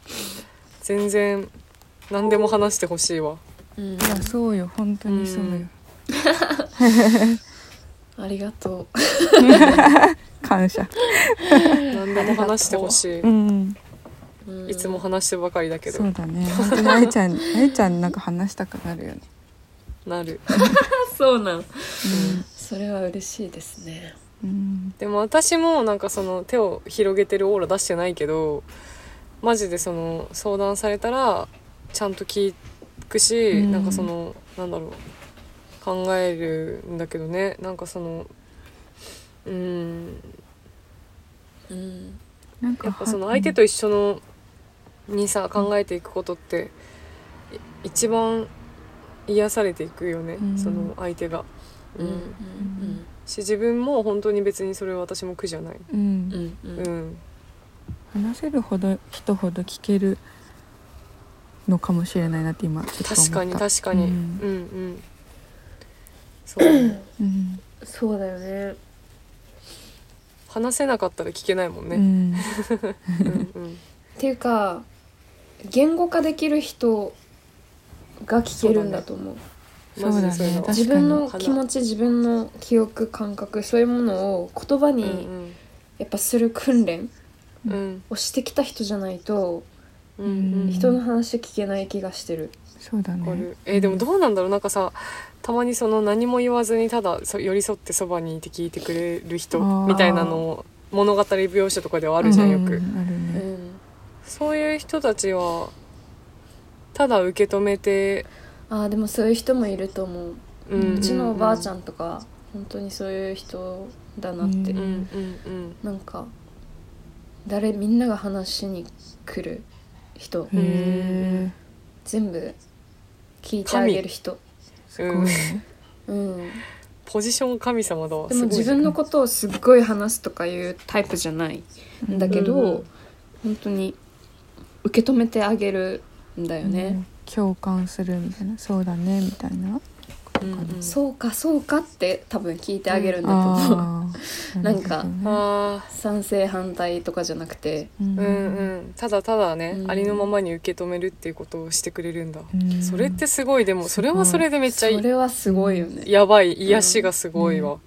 S3: 全然何でも話してほしいわ
S2: うん
S4: いやそうよ本当にそうよ、
S3: うん
S2: ありがと
S4: 感謝、
S3: 何でも話してほし
S4: うん、
S2: う、
S3: いいつも話してばかりだけ
S4: そ
S3: ど
S4: うだね本当にあいちゃん あいちゃんなんか話したくなるよね、
S3: なる
S2: そうなんそれは嬉しいですね
S4: うんうん、
S3: でも私もなんかその手を広げてるオーラ出してないけどマジでその相談されたらちゃんと聞くし、
S4: うん
S3: なんかそのなんだろう考えるんだけどねなんかそのうん
S2: うん
S4: なんか
S3: やっぱその相手と一緒のにさ考えていくことってい一番癒されていくよね、
S4: うん
S3: その相手が。う
S2: うん
S3: ん
S2: うん
S3: し自分も本当に別にそれは私も苦じゃない。
S4: うん、
S2: うんうん
S3: うん
S4: 話せるほど人ほど聞けるのかもしれないなって今ちょっと思った
S3: 確かに確かに、う、
S4: うんん
S3: うんそうだ ね
S4: うん
S6: そうだよね
S3: 話せなかったら聞けないもん
S4: う
S3: ね、
S4: ん
S3: うんうん、
S2: ていうか言語化できる人
S6: が聞けるんだと思う
S4: そう
S3: マ
S4: だね
S3: ジでいの
S4: 確かに
S2: 自分の気持ち自分の記憶感覚そういうものを言葉
S3: う
S2: に
S3: ん
S2: やっぱする訓練
S3: うんうん
S2: をしてきた人じゃないと
S3: うん
S4: うん
S2: 人の話聞けない気がしてる、
S4: そうだ
S3: わか
S4: ね
S3: るえーでもどうなんだろうなんかさたまにその何も言わずにただそ寄り添ってそばにいて聞いてくれる人
S4: あー
S3: みたいなのを物語描写とかではあるじゃんよく、
S4: うんあるね
S3: そういう人たちはただ受け止めて、
S2: ああでもそういう人もいると思う
S3: うん
S2: うちのおばあちゃ
S3: ん
S2: んとか本当にそういう人だなって、
S3: うん
S4: う
S3: うん
S2: なんか誰みんなが話しに来る人
S3: ん
S4: へえ
S2: 全部聞いてあげる人
S4: すごいね
S2: うん
S3: ポジション神様だわ
S2: でも自分のことをすっごい話すとかいうタイプじゃないんだけど、
S3: うん
S2: 本当に受け止めてあげるんだよね、
S4: うん共感するみたいなそうだねみたいな
S3: すごいねうんうん
S2: そうかそうかって多分聞いてあげるんだけど、
S4: あー
S2: なんか
S4: るほどね
S3: あ
S2: 賛成反対とかじゃなくて
S4: うん
S3: ーうんうんただただね、
S2: うん
S3: ありのままに受け止めるっていうことをしてくれるんだ、
S4: うん
S3: それってすごいでもそれはそれでめっちゃい
S2: それはすごいよね、
S3: やばい癒しがすごいわ、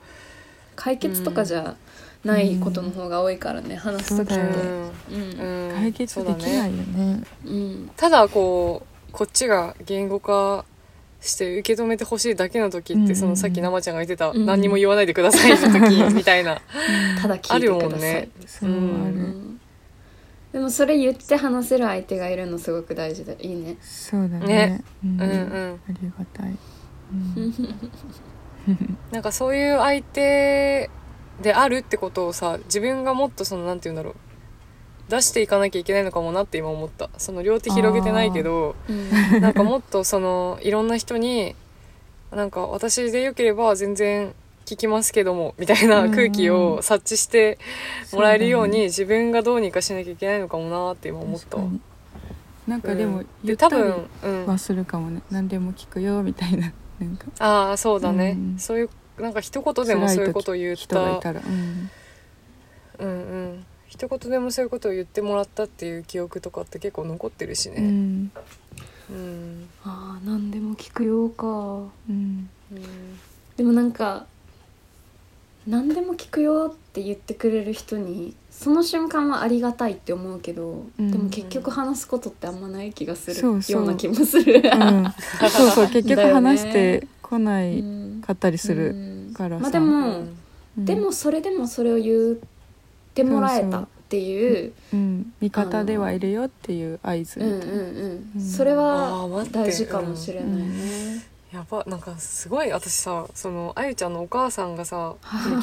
S2: 解決とかじゃないことの方が多いからね、話す時って
S3: う
S4: そ
S3: ん
S2: うん
S3: うん
S4: 解決で
S3: そう
S4: き
S3: だ
S4: な
S3: ね
S4: いよね
S2: うん
S3: ただこうこっちが言語化して受け止めてほしいだけの時って、
S4: うんうんうん
S3: そのさっき生ちゃんが言ってた、
S2: うん
S3: 何にも言わないでくださいの 時みたいな
S2: ただ聞
S3: あ
S2: い
S3: る
S2: て
S3: も
S2: くだ
S3: ん
S2: さ
S3: ね
S2: い、
S4: そうあ
S3: う
S2: う
S4: る
S2: んでもそれ言って話せる相手がいるのすごく大事でいいね
S4: そうだ
S3: ね
S4: ねう
S3: うんんう
S4: あ
S3: ん
S4: りがたいうん
S3: なんかそういう相手であるってことをさ自分がもっとそのなんて言うんだろう出していかなきゃいけないのかもなって今思ったその両手広げてないけど
S2: うん
S3: なんかもっとそのいろんな人になんか私でよければ全然聞きますけどもみたいな空気を察知してもらえるように自分がどうにかしなきゃいけないのかもなって今思った
S4: 確かになんかで
S3: う
S4: も
S3: んで
S4: 言っ
S3: 多
S4: たり
S3: 分、うん、
S4: はするかもね何でも聞くよみたいななんか
S3: ああそうだね、
S4: うん
S3: そういうなんか一言でもそういうことを言っ
S4: 人がい
S3: た
S4: たらうん
S3: うんうん一言でもそういうことを言ってもらったっていう記憶とかって結構残ってるし
S4: う
S3: ね
S4: ん
S3: うん、
S2: ああ何でも聞くようか
S4: うん
S3: うん
S2: でもなんか何でも聞くよって言ってくれる人にその瞬間はありがたいって思うけど、
S4: うん
S2: でも結局話すことってあんまない気がする
S4: そうそう
S2: ような気もする。
S4: うんそ うそう結局
S2: だよね
S4: 話してこな
S2: う
S4: い
S2: ん
S4: かったりす
S2: う
S4: る
S2: ん
S4: からさ
S2: まあで
S3: う
S2: も、
S3: ん
S4: うん
S2: でもそれでもそれを言ってもらえたっていう
S4: うん味方ではいるよっていう合図
S2: う
S4: み
S2: んう
S4: た
S2: ん
S4: いな
S2: う
S4: うんん
S2: それ
S3: あー
S2: は
S3: 待って
S2: 大事かもしれないね。
S3: やばなんかすごい私さそのあゆちゃんのお母さんがさ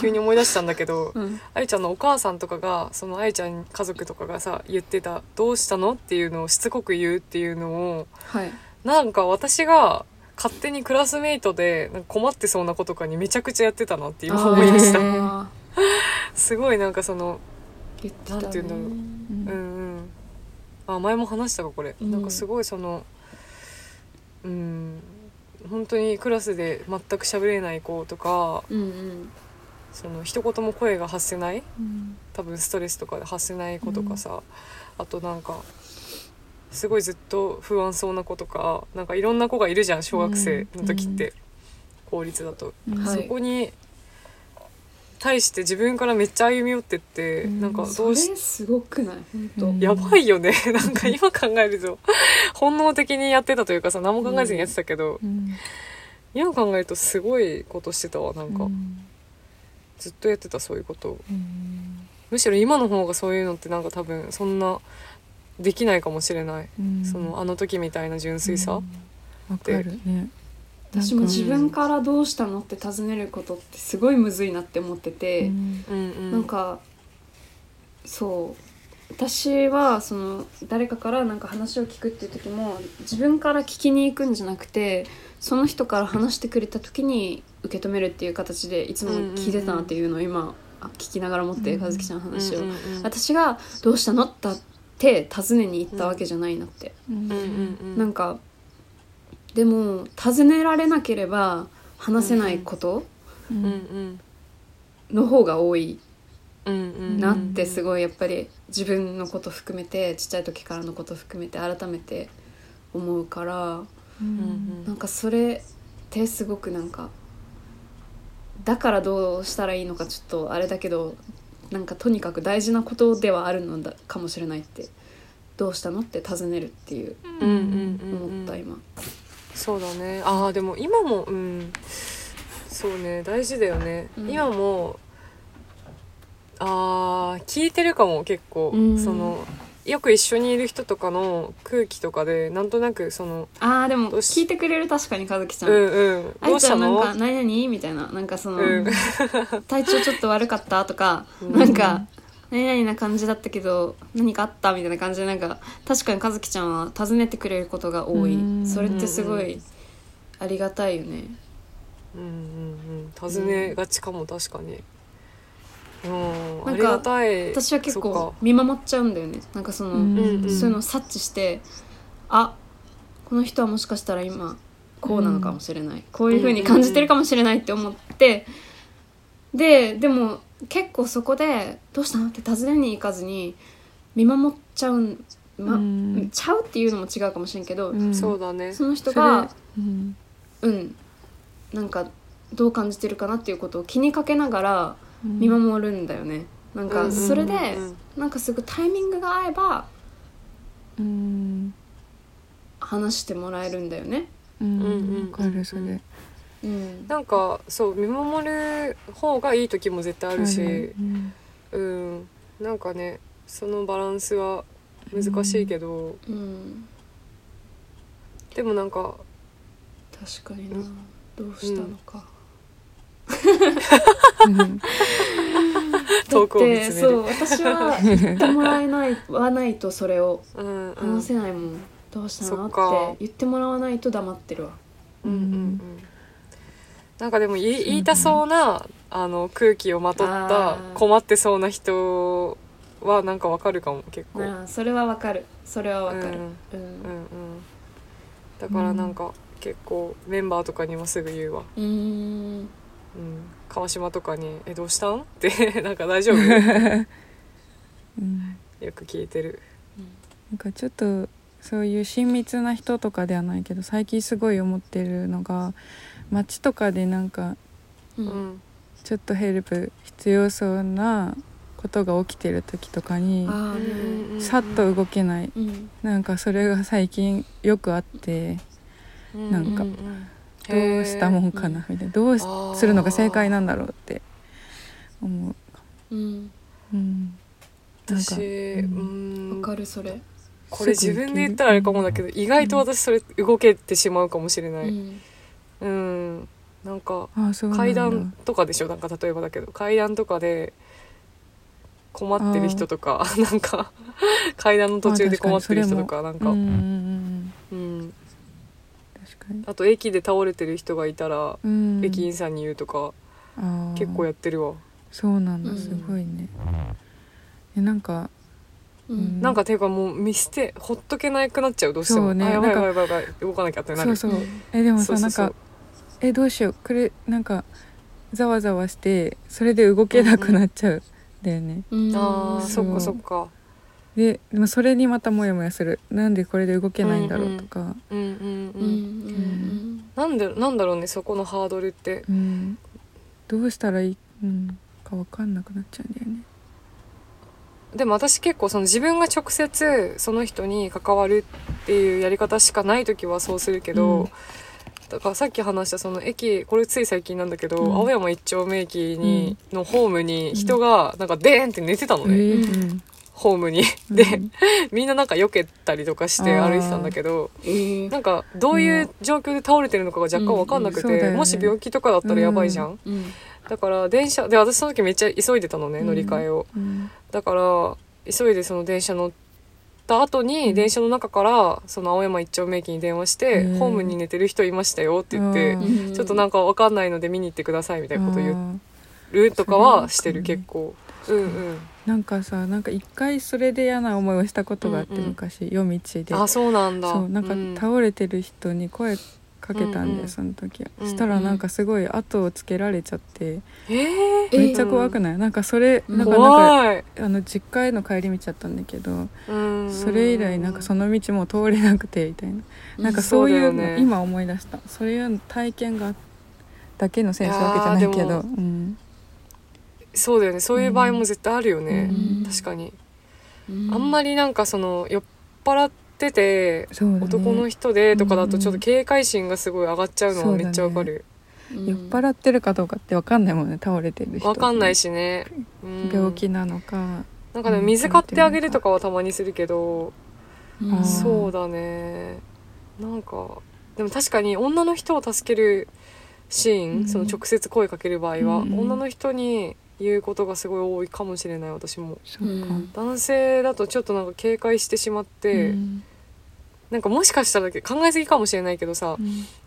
S3: 急に思い出したんだけど、
S2: うん
S3: あゆちゃんのお母さんとかがそのあゆちゃん家族とかがさ言ってた「どうしたの?」っていうのをしつこく言うっていうのを
S2: はい
S3: なんか私が勝手にクラスメイトでなんか困ってそうな子とかにめちゃくちゃやってたなって今思い出した
S2: あ。ー
S3: すごいなんかその
S2: 言ってたね
S3: なんて言うんだろ
S4: うん
S3: うんうんあ前も話したかこれ、
S2: うん
S3: なんかすごいそのうん本当にクラスで全く喋れない子とか
S2: うんうん
S3: その一言も声が発せない
S4: うん
S3: 多分ストレスとかで発せない子とかさ、あとなんかすごいずっと不安そうな子とかなんかいろんな子がいるじゃん小学生の時って、公立だと、
S4: うん
S2: はい
S3: そこに対して自分からめっちゃ歩み寄ってって、
S4: うん
S3: なんかど
S2: そうれ
S3: し
S2: すごくない本当、
S4: うん
S3: やばいよね なんか今考えると本能的にやってたというかさ何も考えずにやってたけど、
S4: うん
S3: 今考えるとすごいことしてたわなんか、
S4: うん
S3: ずっとやってたそういうことを
S4: うん
S3: むしろ今の方がそういうのってなんか多分そんなできないかもしれない、
S4: うん
S3: そのあの時みたいな純粋さ、
S4: うんわかるね
S2: 私も自分からどうしたのって尋ねることってすごいむずいなって思ってて、
S3: うん、うんうん
S2: なんかそう私はその誰かからなんか話を聞くっていう時も自分から聞きに行くんじゃなくてその人から話してくれた時に受け止めるっていう形でいつも聞いてたなっていうのを今
S6: 聞きながら持って
S4: うん
S6: 和樹ちゃんの話を、
S3: うんうんうん
S6: 私が「どうしたの?」だって尋ねに行ったわけじゃないなって、
S4: うん
S3: うんうん
S6: なんかでも尋ねられなければ話せないこと
S4: う
S3: うんうんん
S6: の方が多い
S3: うんうん
S6: なってす
S3: ごい
S6: ごいやっぱり自分のこと含めてちっちゃい時からのこと含めて改めて思うからなんかそれってすごくなんかだからどうしたらいいのかちょっとあれだけどなんかとにかく大事なことではあるのだかもしれないってどうしたのって尋ねるっていう思った今、
S3: そうだねああでも今もうんそうね大事だよね、
S6: うん
S3: 今もあー聞いてるかも結構、
S6: うん
S3: そのよく一緒にいる人とかの空気とかでなんとなくその
S2: あーでも
S3: どうし
S2: 聞いてくれる確かに和樹ち
S3: 「
S2: ゃ
S3: うんんうん
S2: あ
S3: ど
S2: いうち
S3: し
S2: ゃ
S3: た
S2: んなん
S3: の?
S2: か何々みたいななんかその、
S3: うん」
S2: 体調ちょっと悪かったとか、
S3: うん
S2: なんか何々な感じだったけど何かあったみたいな感じでなんか確かに和樹ちゃんは尋ねてくれることが多い
S4: うん
S2: それってすご
S3: う
S2: いありがたいよね
S3: うんうんうん尋ねがちかも確かに。うん、
S2: なんか
S3: ありがたい
S2: 私は結
S3: そっ
S2: 構
S3: か
S2: 見守っちゃうんだよねなんかその、
S4: うん
S3: うん
S2: そういうのを察知してあこの人はもしかしたら今こうなのかもしれない、こういう風に感じてるかもしれないって思ってででも結構そこで「どうしたの?」って尋ねに行かずに見守っちゃうん、ま
S4: うん
S2: ちゃうっていうのも違うかもしれんけど、
S4: うん
S3: そうだね
S2: その人が
S4: うん
S2: うんなんかどう感じてるかなっていうことを気にかけながら
S4: うん
S2: 見守るんだよね。なん
S3: うんうん
S2: か
S3: うんうん
S2: それでなんかすぐタイミングが合えば
S4: うん
S2: 話してもらえるんだよね。
S4: うん
S3: うんうん
S4: わかるそれ
S2: うん、
S3: なんかそう見守る方がいい時も絶対あるし、
S4: うん
S3: うんなんかねそのバランスは難しいけど、
S2: うん
S3: でもなんか
S2: 確かに
S3: う
S2: などうしたのか、
S4: うん
S3: 遠くを
S2: だっ
S3: 見
S2: て
S3: つめ
S2: そう
S3: る
S2: 私は言ってもらえないはないとそれを
S3: うんうん
S2: 話せないもん、どうした
S3: そ
S2: の
S3: っ
S2: っ
S3: か
S2: て言ってもらわないと黙ってるわ
S3: うんうんうんなんかでも言い言いたそうなあの空気をまとった
S2: あー
S3: 困ってそうな人はなんかわかるかも結構。
S2: ああそれはわかるそれはわかる
S3: うん
S2: う
S3: うん
S2: ん
S3: うんだからなんか結構メンバーとかにもすぐ言うわ。
S2: うーん
S3: うん、川島とかに「えどうしたん?」って「なんか大丈夫? 」よ
S4: うん
S3: く聞いてる。
S4: なんかちょっとそういう親密な人とかではないけど最近すごい思ってるのが街とかでなんか
S2: う
S3: うんん
S4: ちょっとヘルプ必要そうなことが起きてる時とかに
S2: ああね
S4: さっと動けない
S2: うん
S4: なんかそれが最近よくあってなんか
S3: うう
S4: どうしたもんかなみたいなどうし
S3: あー
S4: するのが正解なんだろうって思う。
S2: うん
S4: うん、なんか
S3: 私うん
S2: わかるそれ
S3: これ自分で言ったらあれかもだけど意外と私それ動けてしまうかもしれな
S2: う
S3: い
S2: ん
S3: うん、なんか
S4: あーそうなんだ
S3: 階段とかでしょなんか例えばだけど階段とかで困ってる人とか なんか階段の途中で困ってる人とかなん
S4: うん
S3: か
S4: うんうんうん
S3: うん
S4: 確かに、
S3: あと駅で倒れてる人がいたら
S4: うん、
S3: 駅員さんに言うとか
S4: あー
S3: 結構やってるわ
S4: そうなん
S2: う
S4: だ
S2: ん
S4: すごいね、えなんか
S2: う
S4: うん
S2: ん
S3: なんかていうかもう見捨てほっとけなくなっちゃうどうして
S4: そ
S3: も、
S4: うね
S3: あやばいや
S4: なん
S3: ば
S4: か
S3: いやばいやばい動かなきゃってな
S4: そう
S3: る
S4: そうえでもさ
S3: そうそうそう
S4: なんかえどうしようくれなんかざわざわしてそれで動けなくなっちゃうんだよね、
S2: うん
S3: あー
S4: そ
S3: そうっかそっか
S4: ででもそれにまたモヤモヤするなんでこれで動けないんだろうとか、
S3: うんうん
S2: うん
S3: う、
S2: んうん
S3: なんでなんだろうねそこのハードルって
S4: うんどうしたらいい、うん、か分かんなくなっちゃうんだよね
S3: でも私結構その自分が直接その人に関わるっていうやり方しかない時はそうするけど、
S4: うん
S3: だからさっき話したその駅これつい最近なんだけど、
S4: うん
S3: 青山一丁目駅に、のホームに人がなんかデーンって寝てたのね、
S4: え
S2: う
S4: ー
S3: ホームに。
S4: うん
S3: で、
S4: うん
S3: みんななんか避けたりとかして
S4: あー
S3: 歩いてたんだけど
S2: ええ
S3: なんかどういう状況で倒れてるのかが若干わかんなくて、
S4: うんうんそうだよね
S3: もし病気とかだったらやばいじゃん、
S2: うん
S3: だから電車で私その時めっちゃ急いでたのね乗り換えを、
S4: うん
S3: だから急いでその電車乗った後に、
S4: うん
S3: 電車の中からその青山一丁目駅に電話して、
S4: うん
S3: ホームに寝てる人いましたよって言って、
S4: うん
S2: うん
S3: ちょっとなんかわかんないので見に行ってくださいみたいなこと言
S4: あー
S3: うるとかはしてる
S4: それ
S3: 結構うんうん
S4: なんかさなんか一回それで嫌な思いをしたことがあっ
S3: う
S4: て、
S3: んうん
S4: 昔夜道で
S3: あそうなんだ
S4: そうなんか
S3: うん
S4: 倒れてる人に声かけたんで、
S3: うんうん
S4: その時は、
S3: うんうん
S4: したらなんかすごい後をつけられちゃって、
S3: え
S2: え
S4: めっちゃ怖くない、なんかそれ
S2: うん
S4: な
S3: ー、
S4: んかなんか
S3: 怖い
S4: あの実家への帰り道だったんだけど
S3: うん
S4: それ以来なんかその道もう通れなくてみたいな、なんかそういう
S3: そうだよ
S4: の
S3: ね
S4: 今思い出したそういう体験がだけの選手わけじゃないけ
S3: いや
S4: ど
S3: ーで
S4: うん
S3: そうだよねそういう場合も絶対あるよね、
S4: うん
S3: 確か
S6: う
S3: に、
S6: ん
S3: あんまりなんかその酔っ払ってて
S4: そうだね
S3: 男の人でとかだとちょっと警戒心がすごい上がっちゃうのはめっちゃわかる、
S6: うん
S4: 酔っ払ってるかどうかってわかんないもんね倒れてる人
S3: わかんないしね、うん
S4: 病気なのか
S3: なんかでも水買ってあげるとかはたまにするけど、
S6: うん
S4: あー
S3: そうだねなんかでも確かに女の人を助けるシーン、
S4: うん
S3: その直接声かける場合は、
S4: うんうん
S3: 女の人に言うことがすごい多いかもしれない私も
S4: そうか、
S6: うん
S3: 男性だとちょっとなんか警戒してしまって、
S4: うん
S3: なんかもしかしたらだけど考えすぎかもしれないけどさ、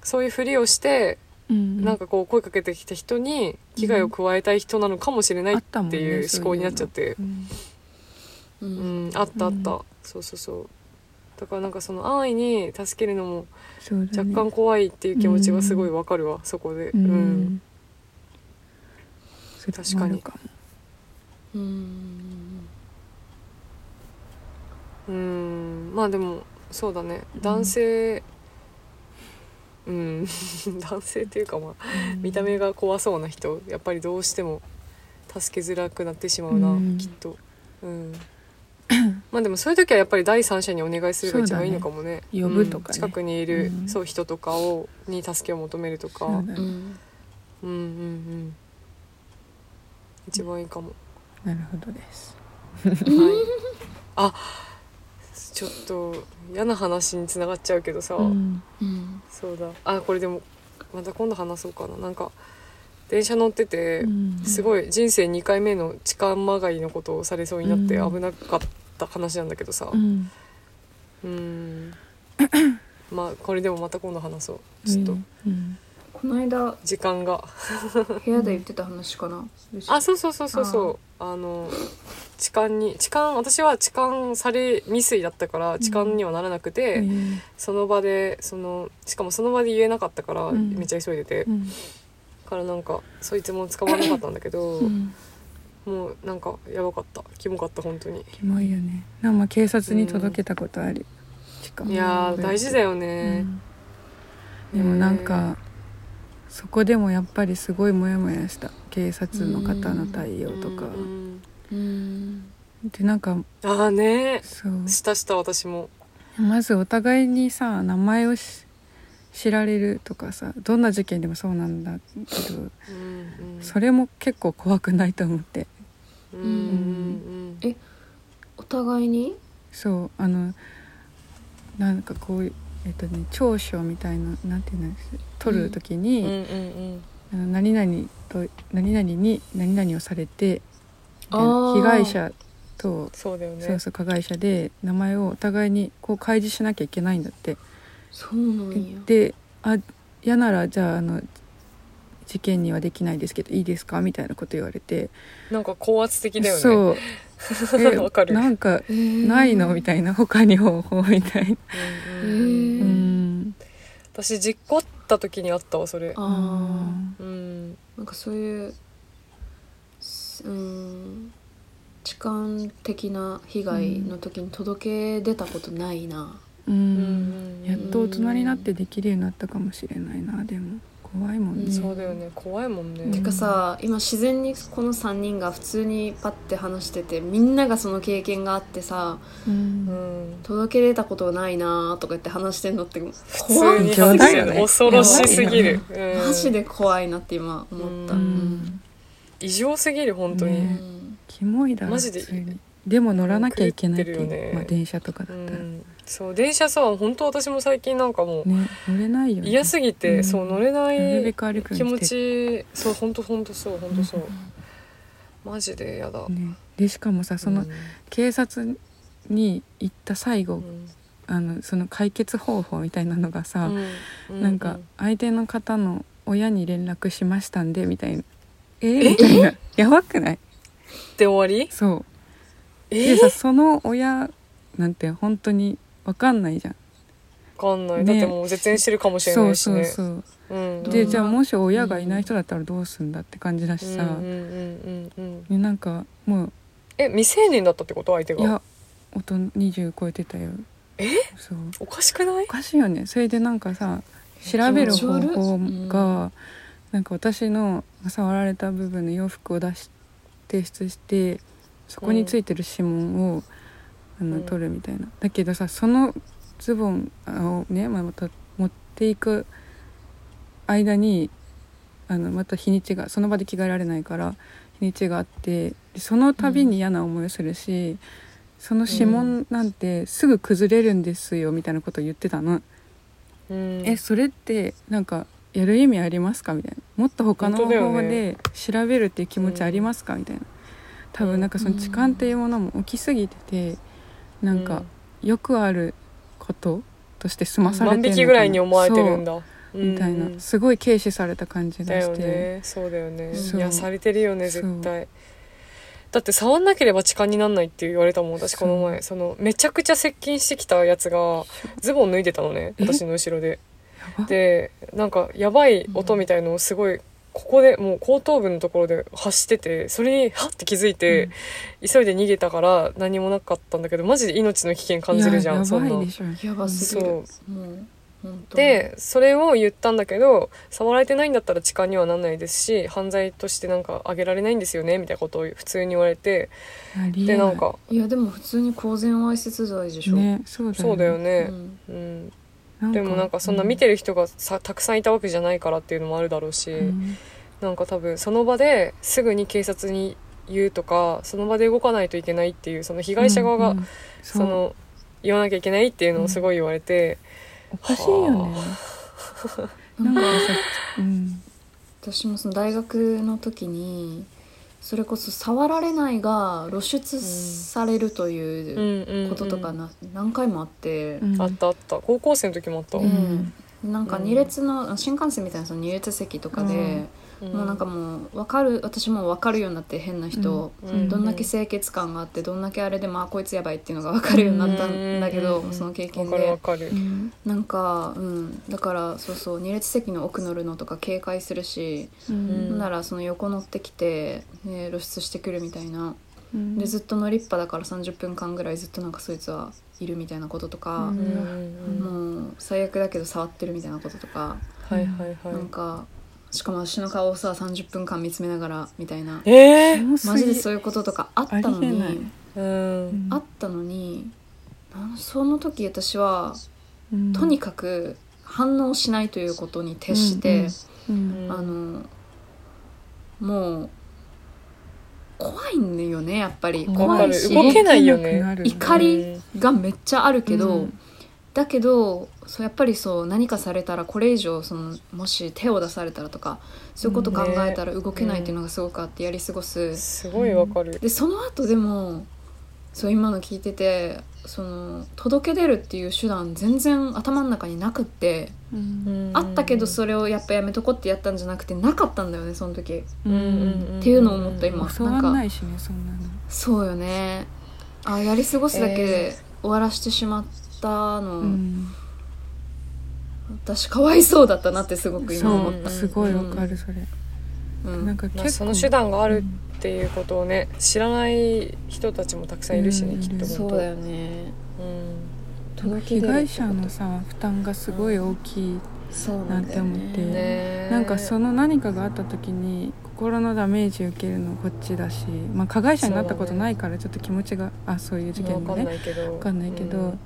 S3: そういうふりをして、
S4: うん
S3: なんかこう声かけてきた人に危害を加えたい人なのかもしれない
S4: あ
S3: っ
S4: ったもん
S3: て
S4: ね
S3: いう
S4: そういう
S3: 思考になっちゃって
S4: うん
S6: う
S3: うんんあったあった、そうそうそうだからなんかその安易に助けるのも
S4: そうだ
S3: 若
S4: ね
S3: 干怖いっていう気持ちがすごいわかるわ、そこで、う
S4: うんんそれ
S3: 確かに
S4: もあるも
S6: うん
S3: うんまあでもそうだね男性うん 男性っていうかまあ見た目が怖そうな人やっぱりどうしても助けづらくなってしまうな、
S4: うん
S3: きっと、うん、 まあでもそういう時はやっぱり第三者にお願いするが一番いいのかもね
S4: そうだね呼ぶとかね
S3: うん近くにいる、
S4: うん
S3: そう人とかをに助けを求めるとか
S4: そううん
S6: う
S4: だね
S6: ん
S3: うんうん一番いいかも、
S4: なるほどです
S3: はい、あちょっと嫌な話につながっちゃうけどさ、
S4: うん
S6: うん
S3: そうだあこれでもまた今度話そうかななんか電車乗ってて、
S4: うん
S3: すごい人生2回目の痴漢まがいのことをされそうになって
S4: うん
S3: 危なかった話なんだけどさ
S4: うん
S3: うんんまあこれでもまた今度話そうちょっと
S4: うん
S2: この間
S3: 時間が
S2: 部屋で言ってた話かな、
S3: あそうそうそうそうそうあの痴漢に痴漢私は痴漢され未遂だったから痴漢にはならなくて、
S4: うん
S3: その場でそのしかもその場で言えなかったから、
S4: うん
S3: めっちゃ急いでて、
S4: うん
S3: からなんかそいつも捕まらなかったんだけど、
S4: うん
S3: もうなんかやばかったキモかった本当に
S4: キモいよねなんか警察に届けたことあるしかも
S3: いやー大事だよ
S4: う
S3: ね、
S4: んでもなんかそこでもやっぱりすごいモヤモヤした警察の方の対応とか
S3: うんうん
S6: うん
S4: でなんか
S3: ああね
S4: そう
S3: したした私も
S4: まずお互いにさ名前をし知られるとかさどんな事件でもそうなんだけど
S3: うんうん
S4: それも結構怖くないと思って
S3: うんうん
S6: えお互いに
S4: そうあのなんかこういうえっとね長所みたいななんていうんです取る時
S3: うんう
S4: に、
S3: んうん
S4: あの何々と何々に何々をされてみたいな
S6: あー
S4: 被害者と、
S3: そうだよね
S4: そうそう加害者で名前をお互いにこう開示しなきゃいけないんだって。
S6: そうなんや
S4: で「あ嫌ならじゃああの事件にはできないですけどいいですか?」みたいなこと言われて、
S3: なんか高圧的だよね
S4: そう
S3: わかる
S4: なんか
S6: えー
S4: ないのみたいな他に方法みたいな、
S3: うん
S6: え
S3: うんうん
S4: う
S6: ー
S4: ん、
S3: 私実行った時にあったわそれ
S6: ああ
S3: うん
S6: なんかそういうすうん痴漢的な被害の時に届け出たことないな、
S4: う、
S3: うんん
S4: やっと大人になってできるようになったかもしれないなでも怖いもんね、
S6: うん
S3: そうだよね怖いもん
S6: て
S3: ね
S6: かさ今自然にこの3人が普通にパッて話しててみんながその経験があってさ
S4: うん
S3: うん
S6: 届け出たことないなとか言って話してんのって
S3: 普
S6: 怖
S3: 通
S6: い
S3: に
S4: 怖い
S3: 話してる
S4: よね
S3: 恐ろしすぎるうん
S6: マジで怖いなって今思った、
S4: う
S3: うん異常すぎる本当
S6: う
S3: に
S4: ね
S6: ん
S4: キモいだろ
S3: マジで
S4: 普通にでも乗らなきゃいけないっていう
S3: 狂ってるよね
S4: まあ、電車とか
S3: う
S4: だったら、
S3: んそう電車さ本当私も最近なんかもう
S4: ね乗れないよね
S3: 嫌すぎて、
S4: うん
S3: そう乗れな
S4: ないるべく歩く
S3: 気
S4: よう
S3: 持
S4: にして
S3: ちそう本当本当そう本当そうマジでやだ、
S4: ね、でしかもさその
S3: うん
S4: 警察に行った最後、
S3: うん
S4: あのその解決方法みたいなのがさ、
S3: うう
S4: なんか相手の方の親に連絡しましたんでみたいなえみたいなやばくない
S3: で終わり
S4: そう
S3: え
S4: で
S3: ー
S4: さその親なんて本当に分かんないじゃん
S3: わかんない。だっ
S4: ね
S3: てもう絶縁してるかもしれ
S4: そ
S3: ないうし
S4: そう
S3: ね。
S4: そう
S3: うん
S4: で
S3: うん
S4: じゃあもし親がいない人だったらどうすんだって感じだし
S3: うんうん
S4: さ、
S3: うんうんうん。
S4: ねなんかも
S3: え、未成年だったってこと相手
S4: うい
S3: が。
S4: や大人20超えてたよ
S3: え
S4: そう
S3: おかしくない
S4: おかしいよねそれでなんかさ調べる方法がなんか私の触られた部分の洋服を出し提出してそこについてる指紋を、あ
S3: う
S4: の
S3: ん
S4: 取るみたいなだけどさそのズボンをね、まあ、また持っていく間にあのまた日にちがその場で着替えられないから日にちがあってでその度に嫌な思いをするし、その指紋なんてすぐ崩れるんですよみたいなことを言ってたの。
S3: うん
S4: えそれってなんかやる意味ありますかみたいなもっと他の方
S3: 本当だよ
S4: 法
S3: ね
S4: で調べるっていう気持ちありますかみたいな多分なんかその痴漢っていうものも起きすぎててなんかよくあることとして済ま
S3: うん
S4: されてん
S3: 万
S4: のかな
S3: 引きぐらいに思われてるん
S4: そ
S3: だ。
S4: うみたい
S3: うん
S4: なすごい軽視された感じ
S3: だ
S4: が
S3: よ
S4: して、
S3: ねそうだよね
S4: そう
S3: いやされてるよね絶対だって触んなければ痴漢になんないって言われたもん私この前そのめちゃくちゃ接近してきたやつがズボン脱いでたのね
S4: え
S3: 私の後ろで
S4: ば
S3: でなんかやばい音みたいのをすごいここでもう後頭部のところで発しててそれにハッて気づいて、急いで逃げたから何もなかったんだけどマジで命の危険感じるじゃ
S4: い
S3: ん
S4: や
S3: そ
S4: やば
S3: んない
S4: でしょ
S6: やばすぎる
S3: そう
S6: もう本当に
S3: でそれを言ったんだけど触られてないんだったら痴漢にはなんないですし犯罪としてなんかあげられないんですよねみたいなことを普通に言われて
S4: ありえ
S3: でなんか
S6: いやでも普通に公然わいせつ罪でしょ、
S4: ねそうだよね
S3: そうだよ
S6: う
S3: ね、
S6: ん、
S3: うん、でもなんかそんな見てる人がさたくさんいたわけじゃないからっていうのもあるだろうし、
S4: うん
S3: なんか多分その場ですぐに警察に言うとかその場で動かないといけないっていうその被害者側
S4: う
S3: が
S4: んうん
S3: そ
S4: そう
S3: の言わなきゃいけないっていうのをすごい言われて、
S4: おかしいよねなんかさ、うん、
S2: 私もその大学の時にそれこそ触られないが露出されると
S3: うん
S2: いう
S3: うんうん
S2: こととかな、何回もあって、
S4: うん
S3: あったあった高校生の時もあった、
S4: うん
S2: なんか2列の新幹線みたいなその2列席とかで、
S3: うん
S2: もうなんかもう分かる私も分かるようになって変な人、
S3: うん
S2: そのどんだけ清潔感があってどんだけあれでまあこいつやばいっていうのが分かるようになったんだけど、
S3: うんうんうん
S2: その経験
S3: わかるわ
S2: で
S3: かる
S4: うん
S2: なんか、うん、だからそうそう2列席の奥乗るのとか警戒するし、
S4: うん
S2: ならその横乗ってきて、ね、露出してくるみたいな
S4: うん
S2: でずっと乗りっぱだから30分間ぐらいずっとなんかそいつはいるみたいなこととか、
S4: うん
S2: もう最悪だけど触ってるみたいなこととか、
S3: はいはい
S2: なん
S3: は
S2: かしかも私の顔をさ30分間見つめながらみたいない
S3: ええ
S4: マ
S2: マジでそういうこととかあったの
S4: ありえ
S2: に
S4: ない
S3: うん
S2: あったのになんその時私はとに
S4: か
S2: かく反応しないということに徹して、
S4: く、うん
S3: うん
S2: あのもう怖いんよねやっぱり
S3: わ
S2: 怖
S3: か
S2: い
S3: る
S2: し
S3: 動けないよ
S4: 動け
S3: ね
S4: なくなる
S2: 怒りがめっちゃあるけど、
S4: うん
S2: だけどそうやっぱりそう何かされたらこれ以上そのもし手を出されたらとかそういうこと考えたら動けないっていうのがすごくあってやり過ごす、
S3: すごいわかる
S2: でその後でもそう今の聞いててその届け出るっていう手段全然頭の中になくって、
S4: うん
S2: あったけどそれをやっぱやめとこってやったんじゃなくてなかったんだよねその時
S4: うんうん
S2: っていうのを思った今
S4: 教わんないしねそんなの
S2: そうよねあやり過ごすだけで終わらしてしまったの、
S4: うん
S2: 私かわいそうだったなってすごく今思
S4: そ
S2: った
S4: うすごいわかるそれ
S2: う
S4: なん
S2: ん
S4: か結
S3: ま
S4: 構
S3: あその手段があるっていうことをね知らない人たちもたくさんいるしね
S4: うん
S3: きっと
S6: そうだよね
S3: うん
S6: 届け
S4: 被
S6: 出るってこと
S4: 害者のさ負担がすごい大きい
S6: そうな
S4: なん
S6: だ
S4: んて
S6: よ
S4: 思って
S6: ね
S3: ね
S4: なんかその何かがあった時に心のダメージ受けるのこっちだしまあ加害者になったことないからちょっと気持ちがあそういう事件
S3: わか
S4: が
S3: ん
S4: ね
S3: ないけど
S4: わかんないけど、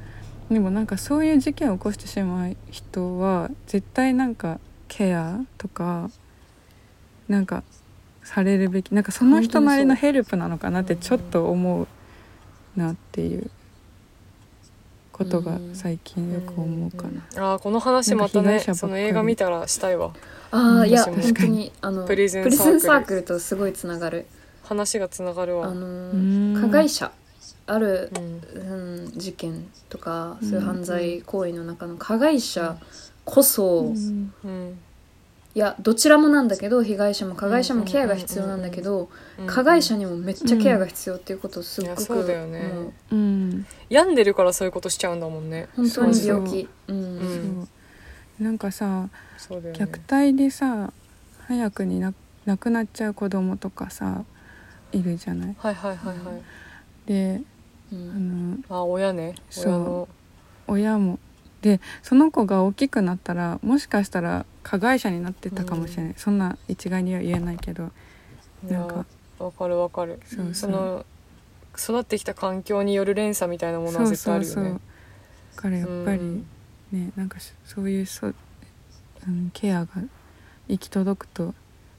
S4: でもなんかそういう事件を起こしてしまう人は絶対なんかケアとかなんかされるべきなんかその人なりのヘルプなのかなってちょっと思うなっていうことが最近よく思うかな。
S3: ああこの話また
S4: なんか被
S3: ね
S4: 害者ばっかり
S3: その映画見たらしたいわ
S2: ああいや
S3: 私も
S2: 本当にあの
S3: プリズン
S2: プリ
S3: サークル
S2: ズンサークルとすごいつながる
S3: 話がつながる
S2: あ
S3: わ
S2: の
S4: うん
S2: 加害者ある
S3: う、ん
S2: うん、事件とか
S4: うん
S2: そういう犯罪行為の中の加害者こそ
S4: うん
S3: うん
S2: いやどちらもなんだけど被害者も加害者もケアが必要なんだけど加害者
S3: に
S2: にもめっちゃケアが必要っていうことをすっご
S3: いや
S2: く
S3: そうだよね
S2: もう
S4: うん
S3: 病んでるからそういうことしちゃうんだもんね
S2: 本当に病気う
S3: うんん
S4: そうなんかさ
S3: そうだよね
S4: 虐待でさ早くにな亡くなっちゃう子供とかさいるじゃない
S3: はいはいはいはい
S4: で
S2: う
S4: あ
S2: ん
S4: の
S3: あ親ね
S4: そう
S3: 親の
S4: 親もでその子が大きくなったらもしかしたら加害者になってたかもしれない、そんな一概には言えないけど
S3: い
S4: なんか
S3: やわかるわかる
S4: そうそう
S3: その育ってきた環境による連鎖みたいなものは絶対あるよね
S4: だからやっぱ
S3: う
S4: り
S3: ん
S4: ね、なんかしそういうそ、うん、ケアが行き届くと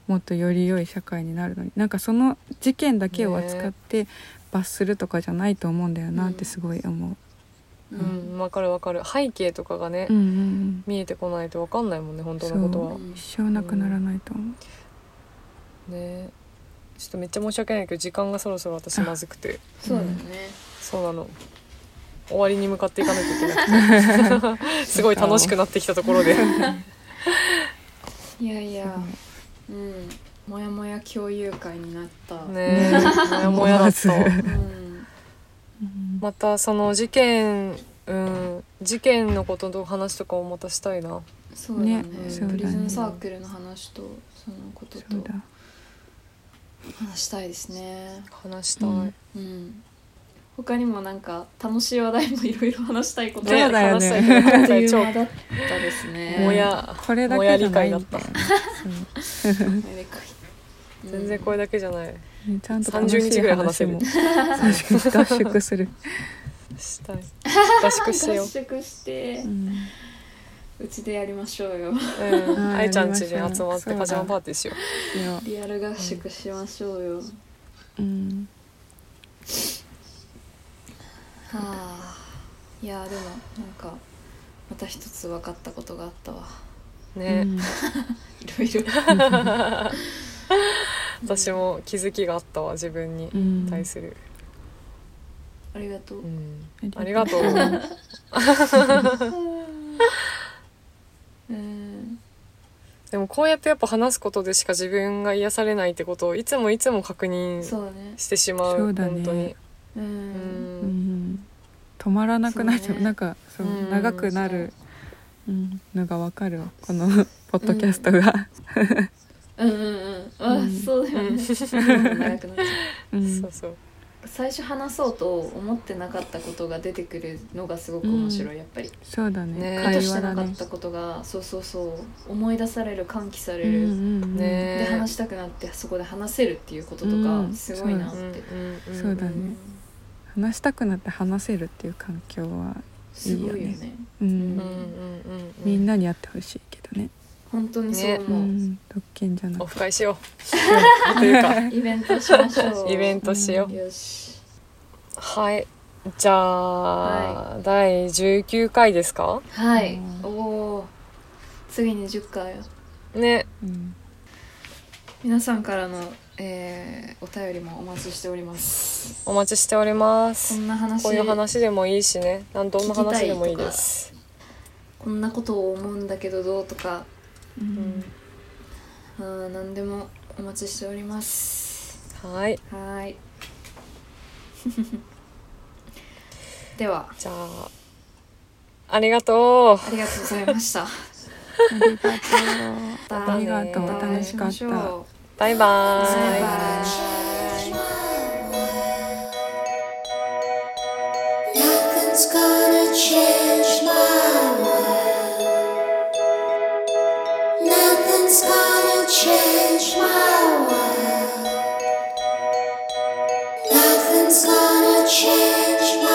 S4: もっとより良い社会になるのになんかその事件だけを扱って罰するとかじゃないと思うんだよなってすごい思
S2: う
S3: うんんわかるわかる背景とかがね
S4: う。うんうん
S3: 見えてこないとわかんないもんね本当のことは
S4: うん、一生なくならないと思う。
S3: ねちょっとめっちゃ申し訳ないけど時間がそろそろ私まずくて
S2: そうだよね
S3: そうなの終わりに向かっていかなきゃいけなく てすごい楽しくなってきたところで
S2: いやいやうんもやもや共有会になった
S3: ねもやもやだったわ
S2: うん
S4: うん
S3: またその事件うん事件のことの話とかをまたしたいな
S2: そうだね
S4: ねそうだね
S2: プリズンサークルの話とそのこと
S4: そう
S2: と
S4: だ
S2: 話したいですね
S3: 話したい、
S4: うん
S2: うん他にもなんか楽しい話題もいろいろ話したいこと
S4: そうだよね
S3: 話したいけど
S2: あっとい
S3: 今回
S2: う間
S3: 超
S2: だったですね
S3: もや
S4: これだけじゃない
S3: もや理解
S4: んだよ
S3: だった
S4: そう
S3: 全然これだけじゃない
S4: ねちゃんと楽し
S3: 30日
S4: い
S3: ぐらい話せ
S4: 話
S3: る
S4: も確かに脱縮する、
S3: したい合宿し
S2: 合
S3: よ
S2: 宿して
S4: うん
S2: うちでやりましょうよ
S3: う、うん、
S4: あー
S3: あいちゃん家で集まっ
S4: そう
S3: て
S4: だ
S3: パジャマパーティーしよ
S4: いや
S2: リアル合宿しましょうよは
S4: うん、
S2: あいやでもなんかまた一つ分かったことがあったわ
S3: うね、
S4: うん
S2: いろいろ
S3: 私も気づきがあったわ自分に
S4: うん
S3: 対する、
S2: ありがとう
S3: うん
S4: うん
S3: ありがとう
S2: うん
S3: でもこうやってやっぱ話すことでしか自分が癒されないってことをいつもいつも確認
S2: そうだね
S3: してしまう
S4: そうだね
S3: 本当に
S2: う
S3: うん、
S4: うんん止まらなくなっちゃ
S2: そ
S4: う
S2: うね
S4: なんかそう、
S3: うん
S4: 長くなるうんのがわかるわこのポッドキャストが、
S2: うんうんうんあ
S4: うん
S2: そうだよ
S3: うん
S2: ね長くなっちゃう
S4: うん
S3: そうそう
S2: 最初話そうと思ってなかったことが出てくるのがすごく面白い、やっぱり
S4: そうだね
S2: 意
S3: ね
S2: 図
S4: 会
S2: し
S4: 話
S2: て
S4: だ
S2: なかっ
S4: ね
S2: たことがそうそうそう思い出される喚起され
S4: うん
S2: る、
S4: うんうん
S3: ね
S2: で話したくなってそこで話せるっていうこととか
S4: うん
S2: すごいなっ
S3: う
S2: て、
S3: んうんん
S4: そうだ
S2: う
S4: ね
S2: ん
S4: 話したくなって話せるっていう環境は、
S2: すごいよね
S4: いいよう
S3: う
S4: ん
S3: ん
S2: ん
S3: うんうんうん
S4: みんなにやってほしいけどね、
S2: 本当にそう
S4: う
S2: 思う、
S4: ん、特権じゃな
S3: オ
S4: く
S3: フ会しようというか
S2: イベントしましょう
S3: イベントしよう、
S2: よし
S3: はいじゃあ、第19回ですか
S2: はい、
S4: うん
S2: おおー次に10回
S3: ね
S4: うん
S2: 皆さんからの、えーお便りもお待ちしております
S3: お待ちしておりま
S2: こ
S3: す
S2: んな話
S3: こういう話でもいいしねなんどんな話でもいいです
S2: こんなことを思うんだけどどうとか
S4: うん
S2: あー何でもお待ちしております
S3: はい
S2: はーい では
S3: じゃあありがと
S2: ありがとうございました
S4: ありがとう
S2: ま
S4: ありがとう
S2: ま
S4: 楽しか
S2: お会い
S4: った
S2: しまょう
S3: うバイバーイ
S2: バイバイ
S1: Nothing's gonna change my world. Nothing's gonna change my world. Nothing's gonna change my